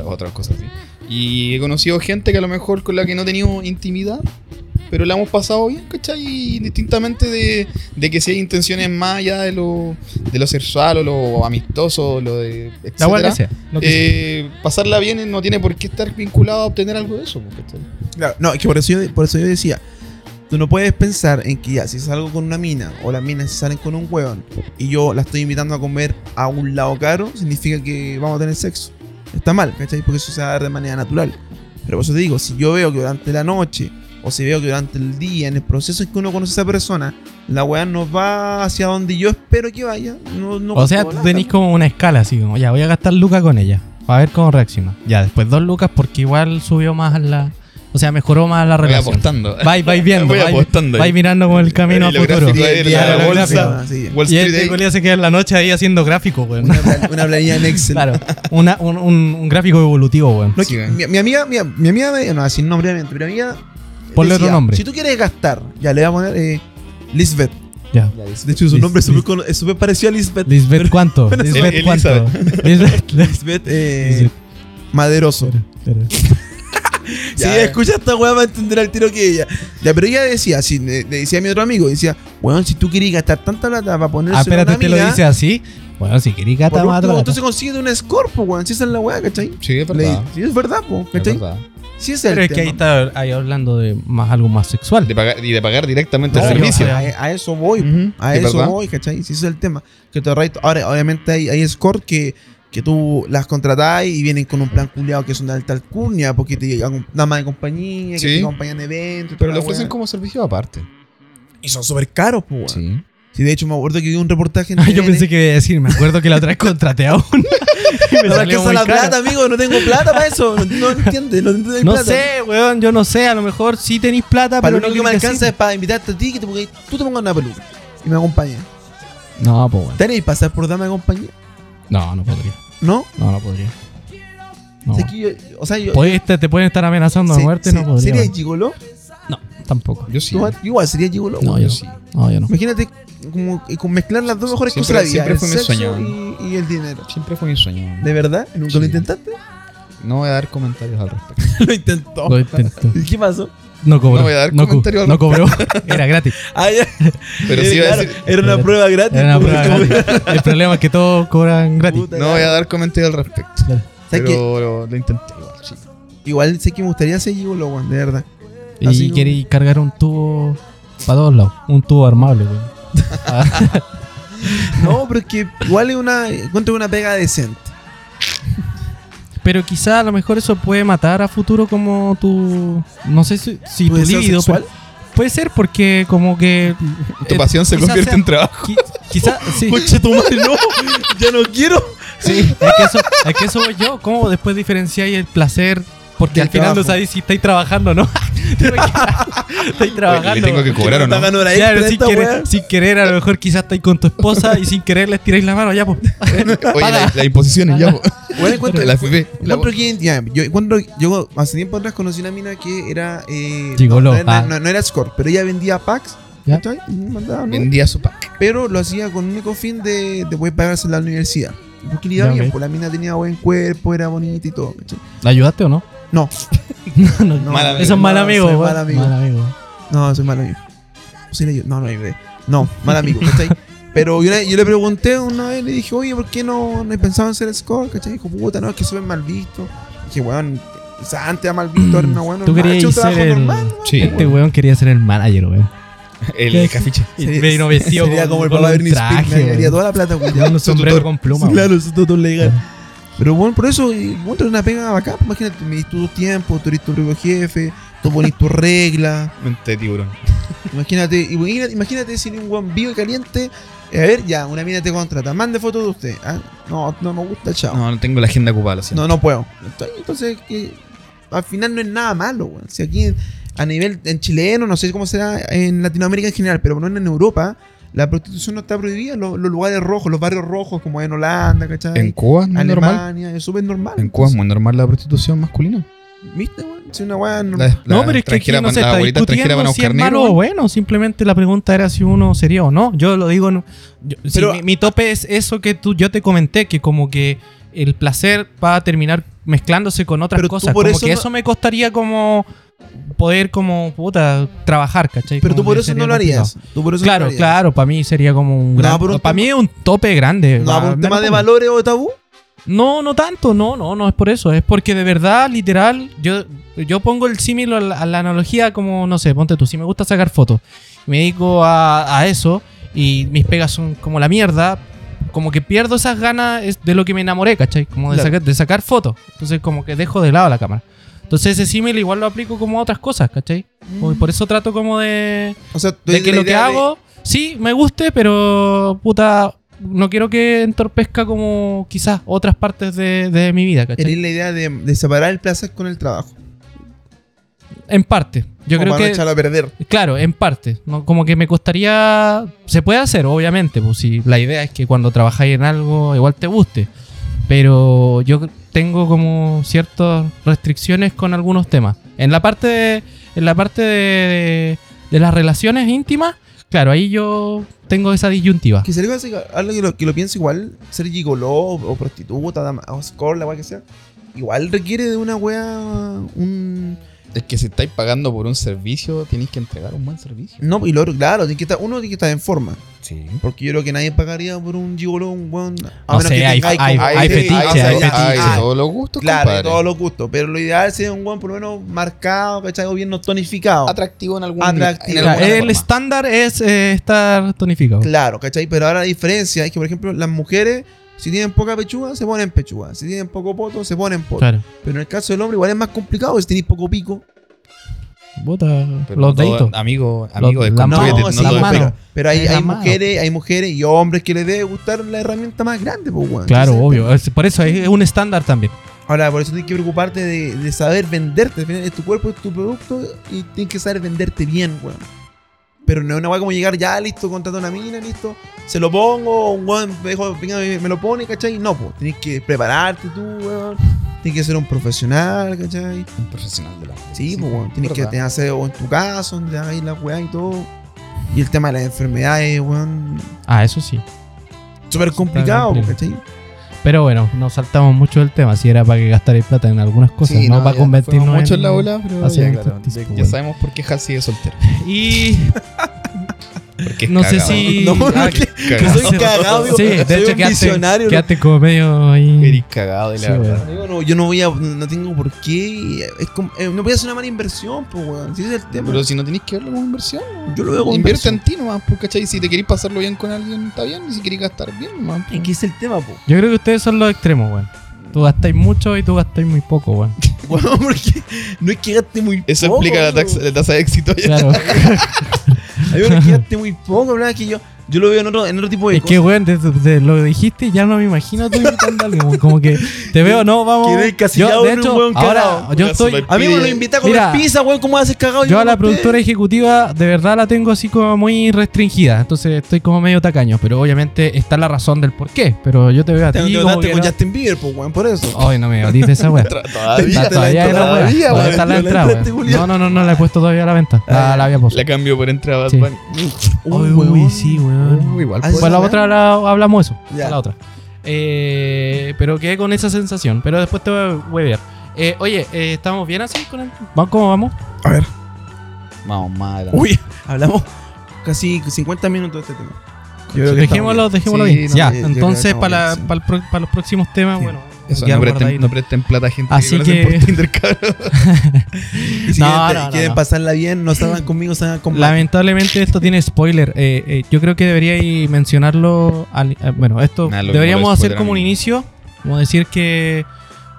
Speaker 4: otras cosas así. Y he conocido gente que a lo mejor con la que no he tenido intimidad, pero la hemos pasado bien, ¿cachai? Y distintamente de, de que si hay intenciones más allá de lo, de lo sexual o lo amistoso, lo de... Etcétera,
Speaker 3: la hueá que sea. lo que sea.
Speaker 4: eh, pasarla bien no tiene por qué estar vinculado a obtener algo de eso, pues, ¿cachai?
Speaker 1: Claro, no, es que por eso, yo, por eso yo decía, tú no puedes pensar en que ya, si salgo con una mina o las minas salen con un hueón y yo la estoy invitando a comer a un lado caro, significa que vamos a tener sexo. Está mal, ¿cachai? Porque eso se va a dar de manera natural. Pero por eso te digo, si yo veo que durante la noche o si veo que durante el día, en el proceso en que uno conoce a esa persona, la weá nos va hacia donde yo espero que vaya, no, no
Speaker 3: o sea,
Speaker 1: consigo
Speaker 3: tú
Speaker 1: nada.
Speaker 3: tenés como una escala así, como ya voy a gastar lucas con ella, para ver cómo reacciona. Ya, después dos lucas porque igual subió más la. O sea, mejoró más la
Speaker 4: Voy
Speaker 3: relación.
Speaker 4: apostando.
Speaker 3: Vais, vais viendo,
Speaker 4: Voy
Speaker 3: vais,
Speaker 4: apostando.
Speaker 3: vais mirando como el camino a
Speaker 4: Y los
Speaker 3: futuro.
Speaker 4: gráficos
Speaker 1: Sí,
Speaker 4: ahí,
Speaker 1: sí,
Speaker 3: la
Speaker 1: sí,
Speaker 3: bolsa.
Speaker 1: sí, sí.
Speaker 4: Wall
Speaker 3: Y
Speaker 4: Street
Speaker 3: el
Speaker 4: ahí.
Speaker 3: Nicolás se queda en la noche ahí haciendo gráficos, weón.
Speaker 1: Una, plan- una planilla en Excel.
Speaker 3: Claro, una- un, un- un gráfico evolutivo, weón.
Speaker 1: No, es
Speaker 4: Sí,
Speaker 1: que
Speaker 4: eh.
Speaker 1: mi, mi amiga, mi, mi amiga, me- no, sin nombre, obviamente, pero mi amiga.
Speaker 3: Ponle
Speaker 1: decía,
Speaker 3: otro nombre.
Speaker 1: Si tú quieres gastar, ya le voy a poner eh, Lisbeth.
Speaker 3: Ya.
Speaker 1: De hecho, su
Speaker 3: Lis-
Speaker 1: nombre es súper
Speaker 3: Lis-
Speaker 1: cono- es súper parecido a Lisbeth.
Speaker 3: Lisbeth, ¿cuánto?
Speaker 1: pero-
Speaker 3: Lisbeth,
Speaker 4: El-
Speaker 3: ¿cuánto? Lisbeth.
Speaker 1: Lisbeth eh, Maderoso. Si
Speaker 4: Ya.
Speaker 3: eh.
Speaker 1: ella escucha esta weá, va a entender al tiro que ella. Ya, pero ella decía, si, le, le decía a mi otro amigo, decía, weón, si tú quieres gastar tanta plata para ponerse
Speaker 3: Ah, espérate,
Speaker 1: una
Speaker 3: te lo
Speaker 1: amiga,
Speaker 3: dice así. Bueno, si querís
Speaker 1: por
Speaker 3: gata,
Speaker 1: último,
Speaker 3: más
Speaker 1: entonces consigue un Scorpio, weón. Si esa es la weá, ¿cachai?
Speaker 4: Sí, es
Speaker 1: Le-
Speaker 4: verdad.
Speaker 1: sí, es verdad, po,
Speaker 4: Es
Speaker 1: ¿cachai?
Speaker 4: verdad.
Speaker 1: Sí, ese es el
Speaker 3: Pero es que ahí
Speaker 1: tema.
Speaker 3: está ahí hablando de más algo más sexual.
Speaker 4: De pagar, y de pagar directamente
Speaker 1: No, yo-
Speaker 4: el servicio.
Speaker 1: a, a eso voy,
Speaker 4: Ujú,
Speaker 1: a
Speaker 4: ¿de
Speaker 1: eso
Speaker 4: verdad?
Speaker 1: voy, ¿cachai? Si ese es el tema. Que te arraigas- Ahora, obviamente hay, hay escort que, que tú las contratás y vienen con un plan culiado que son de alta alcurnia, porque te llegan damas de compañía,
Speaker 4: Sí.
Speaker 1: que te acompañan a eventos, y
Speaker 4: Pero
Speaker 1: toda
Speaker 4: le
Speaker 1: la
Speaker 4: ofrecen
Speaker 1: wea.
Speaker 4: como servicio aparte.
Speaker 1: Y son súper caros, pues, weón.
Speaker 4: Sí.
Speaker 1: Sí, de hecho me acuerdo que vi un reportaje en
Speaker 3: Ah, yo
Speaker 1: TVN.
Speaker 3: pensé que iba a decir, me acuerdo que la otra vez contraté a una. y
Speaker 1: No,
Speaker 3: me
Speaker 1: es que
Speaker 3: salió
Speaker 1: esa
Speaker 3: muy
Speaker 1: es la
Speaker 3: cara.
Speaker 1: plata, amigo, no tengo plata para eso. No, no entiendes, no entiendes
Speaker 3: No
Speaker 1: plata.
Speaker 3: sé, weón, yo no sé, a lo mejor sí tenéis plata,
Speaker 1: Para lo único
Speaker 3: pero no
Speaker 1: que me
Speaker 3: queréis
Speaker 1: alcanza es
Speaker 3: decir.
Speaker 1: para invitarte a ti que te pongas- tú te pongas una peluca y me acompañes.
Speaker 3: No, pues weón.
Speaker 1: ¿Tenéis pasar por dama de compañía?
Speaker 3: No, no podría.
Speaker 1: ¿No?
Speaker 3: No, no podría. No,
Speaker 1: O sea,
Speaker 3: weón.
Speaker 1: que yo- o sea, yo,
Speaker 3: Podéis- te, te pueden estar amenazando a
Speaker 1: se-
Speaker 3: muerte,
Speaker 1: se-
Speaker 3: no podría.
Speaker 1: ¿Sería
Speaker 3: weón.
Speaker 1: gigoló?
Speaker 3: No, tampoco.
Speaker 4: Yo sí.
Speaker 1: Tú, Igual, sería gigoló.
Speaker 3: No,
Speaker 1: güey.
Speaker 3: yo sí. No, yo no.
Speaker 1: Imagínate como, eh, con mezclar las dos mejores
Speaker 4: Siempre-
Speaker 1: cosas de la vida.
Speaker 4: siempre
Speaker 1: El
Speaker 4: fue mi
Speaker 1: sexo
Speaker 4: sueño.
Speaker 1: y, y el dinero.
Speaker 4: Siempre fue mi sueño.
Speaker 1: ¿De verdad? ¿Nunca lo
Speaker 4: Sí.
Speaker 1: intentaste?
Speaker 4: No voy a dar comentarios al respecto.
Speaker 1: lo intentó.
Speaker 3: Lo intento.
Speaker 1: ¿Y qué pasó?
Speaker 3: No cobró.
Speaker 4: No voy a dar
Speaker 3: no, co-
Speaker 4: comentario al
Speaker 3: no cobró. Era gratis.
Speaker 1: Ah, ya.
Speaker 4: Pero
Speaker 1: Eh,
Speaker 4: sí iba a
Speaker 1: claro,
Speaker 4: decir.
Speaker 1: Era una
Speaker 3: Era-
Speaker 1: prueba gratis.
Speaker 3: Era una
Speaker 1: pues,
Speaker 3: prueba
Speaker 1: como-
Speaker 3: gratis. El problema es que todos cobran gratis.
Speaker 1: Puta,
Speaker 4: No voy a dar comentarios al respecto.
Speaker 3: Claro.
Speaker 1: ¿Sabes
Speaker 4: Pero
Speaker 1: qué?
Speaker 4: lo, lo intenté igual, sí.
Speaker 1: Eh, Igual sé que me gustaría ser gigolo, weón, de verdad. Así
Speaker 3: Y
Speaker 1: como-
Speaker 3: queréis cargar un tubo para todos lados. Un tubo armable, weón. Ah,
Speaker 1: No, pero es que igual es una. Encuentro una pega decente.
Speaker 3: Pero quizá a lo mejor eso puede matar a futuro como tu. No sé si, si tu
Speaker 1: ¿Tu deseo
Speaker 3: líbido.
Speaker 1: sexual?
Speaker 3: pero- Puede ser porque como que.
Speaker 4: Tu
Speaker 3: eh,
Speaker 4: pasión se
Speaker 3: quizás
Speaker 4: convierte
Speaker 3: sea-
Speaker 4: en trabajo.
Speaker 3: qui- Quizá, sí.
Speaker 1: Coche tu madre, no. Ya no quiero.
Speaker 3: Sí, es que eso, es que eso voy yo. ¿Cómo después diferenciáis el placer? Porque
Speaker 1: Del
Speaker 3: al final no
Speaker 1: trabajo.
Speaker 3: sabéis si estáis trabajando o no. estáis trabajando.
Speaker 4: Le tengo que cobrar o
Speaker 1: Está
Speaker 4: no.
Speaker 1: ganando la
Speaker 3: Claro,
Speaker 1: extra
Speaker 3: sin
Speaker 1: esta
Speaker 3: querer,
Speaker 1: weá.
Speaker 3: sin querer, a lo mejor quizás estáis con tu esposa y sin querer les tiráis la mano. Ya, pues.
Speaker 4: Oye,
Speaker 3: Paga.
Speaker 4: las la imposiciones ya. po.
Speaker 1: Bueno, encuentro,
Speaker 4: La FP. la-
Speaker 1: encuentro que. ya, yo, encuentro- yo hace tiempo atrás conocí una mina que era. Eh, No,
Speaker 3: Gigolo,
Speaker 1: no, era-
Speaker 3: ah.
Speaker 1: no- no era score, pero ella vendía packs.
Speaker 3: Ya.
Speaker 1: ¿cachai? Y mandaba, ¿no?
Speaker 4: Vendía su pack.
Speaker 1: Pero lo hacía con el único fin de, de poder pagarse la universidad. Porque le iba
Speaker 3: Ya,
Speaker 1: bien,
Speaker 3: ok.
Speaker 1: pues la mina tenía buen cuerpo, era bonita y todo. ¿cachai?
Speaker 3: ¿La ayudaste o no?
Speaker 1: No,
Speaker 3: No, no,
Speaker 1: no.
Speaker 4: Mal amigo.
Speaker 3: Eso es mal
Speaker 1: No,
Speaker 3: amigo,
Speaker 1: soy
Speaker 3: weón.
Speaker 1: mal amigo.
Speaker 3: Mal amigo.
Speaker 1: No, soy mal amigo. Sí, le- no, no, no, no, mal amigo, ¿cachai? Pero yo le, yo le pregunté una vez, le dije, oye, ¿por qué no, no pensaban hacer score? ¿cachai? Dijo, puta, no, es que se ven mal visto. Dije, weón, o sea, antes era mal visto, ahora no, bueno,
Speaker 3: Tú
Speaker 1: normal,
Speaker 3: querías
Speaker 1: hecho un trabajo
Speaker 3: ser el-
Speaker 1: normal, ¿no?
Speaker 4: Sí.
Speaker 3: Este weón quería ser el manager, weón.
Speaker 4: El cafiche.
Speaker 3: Y
Speaker 1: Sería-
Speaker 3: vino vestido
Speaker 1: sería
Speaker 3: con-
Speaker 1: como el
Speaker 3: con
Speaker 1: papá
Speaker 3: un
Speaker 1: de Britney Spears,
Speaker 3: traje,
Speaker 1: me daría
Speaker 3: weón.
Speaker 1: toda la plata, weón.
Speaker 3: Con un sombrero
Speaker 4: tutor.
Speaker 3: con pluma, Ah. weón.
Speaker 1: Claro, eso todo legal. Pero bueno, por eso eh, encuentro una pega bacán. Imagínate, medís tu tiempo, tú eres tu propio jefe, tú ponís tu regla.
Speaker 4: Mente de tiburón.
Speaker 1: Imagínate, imagínate, imagínate si un guan vivo y caliente. eh, a ver, ya, una mina te contrata. Mande fotos de usted. Ah, No, no me gusta, chao. No,
Speaker 4: No, no tengo la agenda ocupada, lo siento.
Speaker 1: no, puedo. Entonces, entonces, que al final no es nada malo, weón. Si aquí a nivel en chileno, no sé cómo será en Latinoamérica en general, pero no en Europa, la prostitución no está prohibida. Los, los lugares rojos, los barrios rojos, como en Holanda, ¿cachai?
Speaker 4: En Cuba no es normal.
Speaker 1: Alemania, es súper normal.
Speaker 4: En Cuba es muy normal la prostitución masculina.
Speaker 1: ¿Viste, weón? Si una weá
Speaker 4: La-
Speaker 1: no-
Speaker 4: la
Speaker 3: No, pero es que aquí
Speaker 4: extranjera
Speaker 3: no
Speaker 4: van-
Speaker 3: se
Speaker 4: las
Speaker 3: está
Speaker 4: abuelitas extranjeras van a
Speaker 3: discutiendo si es
Speaker 4: buscar
Speaker 3: malo
Speaker 4: negro.
Speaker 3: o bueno. Simplemente la pregunta era si uno sería o no. Yo lo digo... en- yo- sí,
Speaker 1: Pero-
Speaker 3: mi, mi tope es eso que tú, yo te comenté, que como que el placer va a terminar mezclándose con otras
Speaker 1: Pero tú
Speaker 3: cosas.
Speaker 1: por
Speaker 3: como
Speaker 1: eso
Speaker 3: que
Speaker 1: no-
Speaker 3: eso me costaría como poder como, puta, trabajar, ¿cachai?
Speaker 1: Pero tú
Speaker 3: Como
Speaker 1: por
Speaker 3: que
Speaker 1: eso
Speaker 3: sería
Speaker 1: no lo
Speaker 3: complicado.
Speaker 1: harías. Tú por eso no
Speaker 3: Claro,
Speaker 1: lo harías.
Speaker 3: claro, para mí sería como un
Speaker 1: No,
Speaker 3: gran...
Speaker 1: por un
Speaker 3: para
Speaker 1: tema-
Speaker 3: mí es un tope grande.
Speaker 1: No,
Speaker 3: va,
Speaker 1: por un
Speaker 3: me
Speaker 1: tema
Speaker 3: lo
Speaker 1: de
Speaker 3: como.
Speaker 1: valores o de tabú.
Speaker 3: No, no tanto, no, no, no es por eso. Es porque de verdad, literal, yo, yo pongo el símil a, la- a la analogía como, no sé, ponte tú, si me gusta sacar fotos, me dedico a, a eso y mis pegas son como la mierda, como que pierdo esas ganas es- de lo que me enamoré, ¿cachai? Como de,
Speaker 1: Claro.
Speaker 3: sacar, de sacar fotos. Entonces como que dejo de lado la cámara. Entonces ese símil igual lo aplico como a otras cosas, ¿cachai? Como- Por eso trato como de
Speaker 1: O sea, tú
Speaker 3: de
Speaker 1: eres
Speaker 3: que
Speaker 1: la
Speaker 3: lo que
Speaker 1: idea de-
Speaker 3: hago, sí, me guste, pero puta, no quiero que entorpezca como quizás otras partes de, de mi vida, ¿cachai?
Speaker 1: Eres la idea de, de separar el placer con el trabajo.
Speaker 3: En parte. Yo
Speaker 1: Como
Speaker 3: creo
Speaker 1: para no
Speaker 3: que.
Speaker 1: echarlo a perder.
Speaker 3: Claro, en parte. ¿no? Como que me costaría. Se puede hacer, obviamente, pues si la idea es que cuando trabajáis en algo igual te guste. Pero yo tengo como ciertas restricciones con algunos temas. En la parte de, en la parte de, de las relaciones íntimas, claro, ahí yo tengo esa disyuntiva.
Speaker 1: Que sería así, algo que lo, que lo pienso igual, ser gigoló o, o prostituta, dama- o score, la weá que sea, igual requiere de una weá, un,
Speaker 4: Es que si estáis pagando por un servicio, tenéis que entregar un buen servicio.
Speaker 1: No, y lo otro, claro, tiene que estar, uno tiene que estar en forma.
Speaker 2: Sí.
Speaker 1: Porque yo creo que nadie pagaría por un gigoló, un weón.
Speaker 3: No sé, hay- hay-
Speaker 1: como-
Speaker 3: hay fetiche,
Speaker 1: o sea,
Speaker 3: hay fetiche.
Speaker 4: de todos los gustos,
Speaker 1: Claro, de
Speaker 4: compadre.
Speaker 1: todos los gustos. Pero lo ideal sería un weón por lo menos marcado, ¿cachai? O bien no tonificado.
Speaker 4: Atractivo en algún
Speaker 1: Atractivo.
Speaker 4: en
Speaker 3: Claro,
Speaker 4: alguna
Speaker 3: el
Speaker 4: forma.
Speaker 3: estándar es eh, estar tonificado.
Speaker 1: Claro, ¿cachai? Pero ahora la diferencia es que, por ejemplo, las mujeres, si tienen poca pechuga, se ponen pechuga. Si tienen poco poto, se ponen poto.
Speaker 3: Claro.
Speaker 1: Pero en el caso del hombre, igual es más complicado si tenéis poco pico.
Speaker 3: Puta,
Speaker 4: Pero
Speaker 3: los
Speaker 4: todo- ah,
Speaker 3: deditos.
Speaker 4: Amigo, amigo,
Speaker 3: Los-
Speaker 4: de
Speaker 3: la
Speaker 1: No,
Speaker 3: mano,
Speaker 4: construyete,
Speaker 1: sí,
Speaker 3: la
Speaker 4: todo
Speaker 1: pero-
Speaker 4: es
Speaker 3: mano.
Speaker 1: pero, hay,
Speaker 3: Es la
Speaker 1: hay
Speaker 3: mano.
Speaker 1: mujeres, hay mujeres y hombres que les debe gustar la herramienta más grande, pues, weón.
Speaker 3: Claro,
Speaker 1: Entonces,
Speaker 3: obvio. Es- Por eso es un estándar también.
Speaker 1: Ahora, por eso tienes que preocuparte de, de saber venderte. Al final, es tu cuerpo, es tu producto y tienes que saber venderte bien, weón. Pero no es una weá como llegar ya, listo, contrato una mina, listo, se lo pongo, un weón me, dijo, venga, me, me lo pone, ¿cachai? No, pues, tienes que prepararte tú, weón. Tienes que ser un profesional, ¿cachai?
Speaker 4: Un profesional de la
Speaker 1: Sí, pues, weón. Tienes que
Speaker 4: ¿verdad?
Speaker 1: tener hacer o en tu caso, donde hagáis la weá y todo. Y el tema de las enfermedades, weón.
Speaker 3: Ah, eso sí.
Speaker 1: Súper complicado,
Speaker 3: complejo.
Speaker 1: ¿cachai?
Speaker 3: Pero bueno, nos saltamos mucho del tema. Si era para que gastar plata en algunas cosas,
Speaker 4: Sí,
Speaker 3: no, para
Speaker 4: ya
Speaker 3: convertirnos
Speaker 4: fuimos mucho en
Speaker 3: en-
Speaker 4: la ola, pero
Speaker 3: hacer
Speaker 4: ya,
Speaker 3: un
Speaker 4: claro,
Speaker 3: striptease,
Speaker 4: ya
Speaker 3: pues,
Speaker 4: sabemos por qué Hal sigue soltero.
Speaker 3: Y
Speaker 4: Porque es
Speaker 3: no sé
Speaker 4: cagado.
Speaker 3: si.
Speaker 1: No,
Speaker 3: ah,
Speaker 1: que-
Speaker 3: que
Speaker 4: Cagado.
Speaker 1: Soy cagado,
Speaker 3: Sí, de
Speaker 1: amigo. Soy
Speaker 3: hecho,
Speaker 1: un
Speaker 3: quedaste-
Speaker 1: visionario,
Speaker 3: Quédate como medio ahí.
Speaker 4: Eres cagado, y la
Speaker 3: Sí,
Speaker 4: verdad.
Speaker 3: weón.
Speaker 1: Amigo, no, yo no voy a. No tengo por qué. Es como- eh, no voy a hacer una mala inversión, pues, weón. Si ese es el tema.
Speaker 4: Pero si no tenéis que verlo como inversión,
Speaker 1: yo lo veo como
Speaker 4: invierte
Speaker 1: inversión.
Speaker 4: en ti nomás, pues, ¿cachai? Si te queréis pasarlo bien con alguien, está bien. Y si queréis gastar bien nomás. pues.
Speaker 1: Es que es el tema, po.
Speaker 3: Yo creo que ustedes son los extremos, weón. Tú gastáis mucho y tú gastáis muy poco, weón.
Speaker 1: Weón, porque no es que gaste muy
Speaker 4: Eso
Speaker 1: poco.
Speaker 4: explica la,
Speaker 1: weón.
Speaker 4: taxa- la tasa de éxito.
Speaker 3: Claro.
Speaker 1: Amigo, no es que gaste muy poco, ¿verdad? Que yo, yo lo veo en otro, en otro tipo de
Speaker 3: es que, weón, desde desde lo que dijiste, ya no me imagino tú invitando a alguien. weón. Como que te veo, no, vamos.
Speaker 1: Quedé encasillado
Speaker 3: yo, de
Speaker 1: en un
Speaker 3: hecho,
Speaker 1: weón
Speaker 3: ahora,
Speaker 1: cagado.
Speaker 3: yo
Speaker 4: Una
Speaker 3: estoy.
Speaker 4: sola
Speaker 1: Amigo, lo
Speaker 4: Pide-
Speaker 1: invita a comer
Speaker 3: Mira,
Speaker 1: pizza, weón. ¿Cómo haces cagado?
Speaker 3: Yo a la
Speaker 1: con usted?
Speaker 3: productora ejecutiva de verdad la tengo así como muy restringida, entonces estoy como medio tacaño, pero obviamente está la razón del por qué, pero yo te veo a
Speaker 1: Te te
Speaker 3: ti como
Speaker 1: contaste
Speaker 3: que
Speaker 1: con
Speaker 3: no-
Speaker 1: Justin Bieber, pues, weón, por eso.
Speaker 3: Ay, no me digas esa weá.
Speaker 4: Todavía.
Speaker 3: Está todavía en la weá.
Speaker 1: todavía,
Speaker 3: Todavía
Speaker 1: weón.
Speaker 3: está la
Speaker 1: Yo la
Speaker 3: entrada,
Speaker 1: entraste,
Speaker 3: weón.
Speaker 1: Julián.
Speaker 3: No, no, no, no la he puesto todavía a la venta. La, la había puesto.
Speaker 4: La cambio por entrada Bad
Speaker 3: Sí.
Speaker 4: Bunny.
Speaker 1: Uy,
Speaker 3: Ay, uy,
Speaker 1: weón.
Speaker 3: sí, weón.
Speaker 4: Uh, igual,
Speaker 1: Ah,
Speaker 4: pues,
Speaker 3: Pues la
Speaker 1: ¿verdad?
Speaker 3: otra la- hablamos eso.
Speaker 1: Ya.
Speaker 3: a La otra. Eh, pero quedé con esa sensación. Pero después te voy a huevear. Eh, oye, eh, ¿estamos bien así con el... ¿Vamos cómo vamos?
Speaker 1: A ver.
Speaker 4: Vamos, madre.
Speaker 1: Uy, hablamos casi 50 minutos de este tema. Yo creo que
Speaker 3: Dejémoslo, dejémoslo
Speaker 4: Sí,
Speaker 3: bien.
Speaker 4: no,
Speaker 3: ya,
Speaker 1: yo- yo
Speaker 3: entonces
Speaker 1: creo que
Speaker 3: para,
Speaker 1: estamos bien, sí.
Speaker 3: para el pro- para los próximos temas,
Speaker 1: Sí.
Speaker 3: bueno.
Speaker 4: Eso,
Speaker 3: quedan
Speaker 4: no presten,
Speaker 3: guardaditos.
Speaker 4: no presten plata a gente
Speaker 3: Así
Speaker 4: que, conocen
Speaker 3: que-
Speaker 4: por Tinder, cabrón.
Speaker 1: Y si
Speaker 3: No,
Speaker 1: quieren,
Speaker 3: no, no,
Speaker 1: quieren
Speaker 3: no.
Speaker 1: pasarla bien, no salgan conmigo, salgan con
Speaker 3: Lamentablemente esto tiene spoiler. Eh, eh, yo creo que deberíais mencionarlo. al- eh, bueno, esto
Speaker 4: Nah, lo- no
Speaker 3: deberíamos
Speaker 4: lo
Speaker 3: hacer
Speaker 4: spoiler a
Speaker 3: como un
Speaker 4: mí.
Speaker 3: inicio, como decir que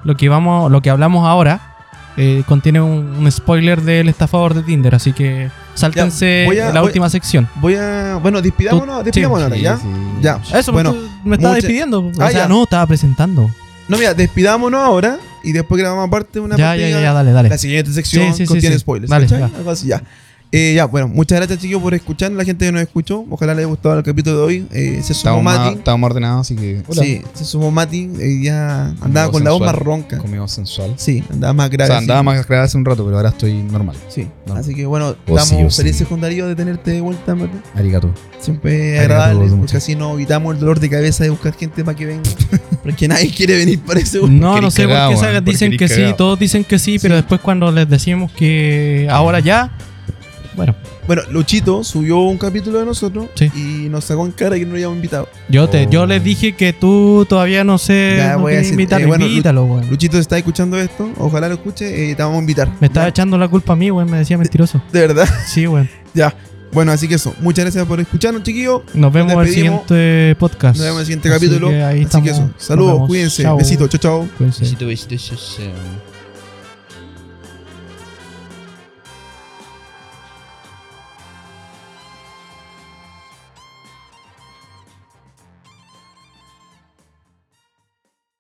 Speaker 3: lo que vamos, lo que hablamos ahora eh, contiene un, un spoiler del estafador de Tinder, así que sáltense
Speaker 1: Ya, voy a-
Speaker 3: la
Speaker 1: voy-
Speaker 3: última sección.
Speaker 1: Voy a. Bueno, despidámonos,
Speaker 3: Tú-
Speaker 1: despidámonos ahora, ¿ya? Ya.
Speaker 3: Eso,
Speaker 1: bueno.
Speaker 3: pues, tú me estaba
Speaker 1: mucha-
Speaker 3: despidiendo. pues. O
Speaker 1: Ah,
Speaker 3: sea,
Speaker 1: ya.
Speaker 3: no, estaba presentando.
Speaker 1: No, mira, despidámonos ahora y después grabamos aparte una
Speaker 3: Ya, ya,
Speaker 1: partida.
Speaker 3: ya, ya, dale, dale.
Speaker 1: La siguiente sección
Speaker 3: Sí, sí, sí,
Speaker 1: contiene
Speaker 3: sí.
Speaker 1: spoilers.
Speaker 3: Dale,
Speaker 1: ¿cachai?
Speaker 3: ya.
Speaker 1: Algo así, ya. Eh, ya, bueno, muchas gracias, chicos, por escuchar. La gente que nos escuchó, ojalá les haya gustado el capítulo de hoy. Eh, se sumó
Speaker 4: Estamos, más,
Speaker 1: Mati.
Speaker 4: estamos ordenados, así que.
Speaker 1: Sí, se sumó Mati. Eh, ya andaba con la voz más
Speaker 4: sensual.
Speaker 1: ronca.
Speaker 4: Conmigo sensual.
Speaker 1: Sí, andaba más
Speaker 4: O
Speaker 1: grave.
Speaker 4: sea,
Speaker 1: sí.
Speaker 4: andaba más grave hace un rato, pero ahora estoy normal.
Speaker 1: Sí,
Speaker 4: No.
Speaker 1: así que bueno,
Speaker 4: Oh,
Speaker 1: estamos
Speaker 4: sí, oh, sí.
Speaker 1: felices con Darío de tenerte de vuelta, Mati.
Speaker 4: Arigato.
Speaker 1: Siempre es
Speaker 4: Arigato,
Speaker 1: agradable,
Speaker 4: mucho.
Speaker 1: porque así no evitamos el dolor de cabeza de buscar gente para que venga. porque nadie quiere venir para ese weón.
Speaker 3: No, no
Speaker 4: eres
Speaker 3: sé
Speaker 4: cagao,
Speaker 3: por qué
Speaker 4: weón,
Speaker 3: esa-
Speaker 4: porque
Speaker 3: dicen
Speaker 4: eres
Speaker 3: que sí,
Speaker 4: cagao.
Speaker 3: todos dicen que sí, pero después cuando les decimos que ahora ya, bueno,
Speaker 1: Bueno, Luchito subió un capítulo de nosotros
Speaker 3: Sí.
Speaker 1: y nos sacó en cara que no lo habíamos invitado.
Speaker 3: yo te, yo
Speaker 4: Oh.
Speaker 3: les dije que tú todavía no sé,
Speaker 1: Ya,
Speaker 3: no
Speaker 1: voy a
Speaker 3: quieres
Speaker 1: decir,
Speaker 3: invitarlo,
Speaker 1: eh, bueno, Lu-
Speaker 3: invítalo, weón.
Speaker 1: Luchito, si está escuchando esto, ojalá lo escuche, eh, te vamos a invitar.
Speaker 3: Me estaba echando la culpa a mí, weón, me decía mentiroso.
Speaker 1: De verdad.
Speaker 3: Sí, weón.
Speaker 1: ya. Bueno, así que eso. Muchas gracias por escucharnos, chiquillos.
Speaker 3: Nos vemos en el
Speaker 1: despedimos.
Speaker 3: siguiente podcast.
Speaker 1: Nos vemos en el siguiente
Speaker 3: Así
Speaker 1: capítulo.
Speaker 3: que ahí
Speaker 1: así que
Speaker 3: estamos.
Speaker 1: eso.
Speaker 3: Nos
Speaker 1: Saludos,
Speaker 3: vemos.
Speaker 1: cuídense.
Speaker 3: Chao.
Speaker 1: Besitos, chao, chao.
Speaker 3: Cuídense.
Speaker 4: besito, besito.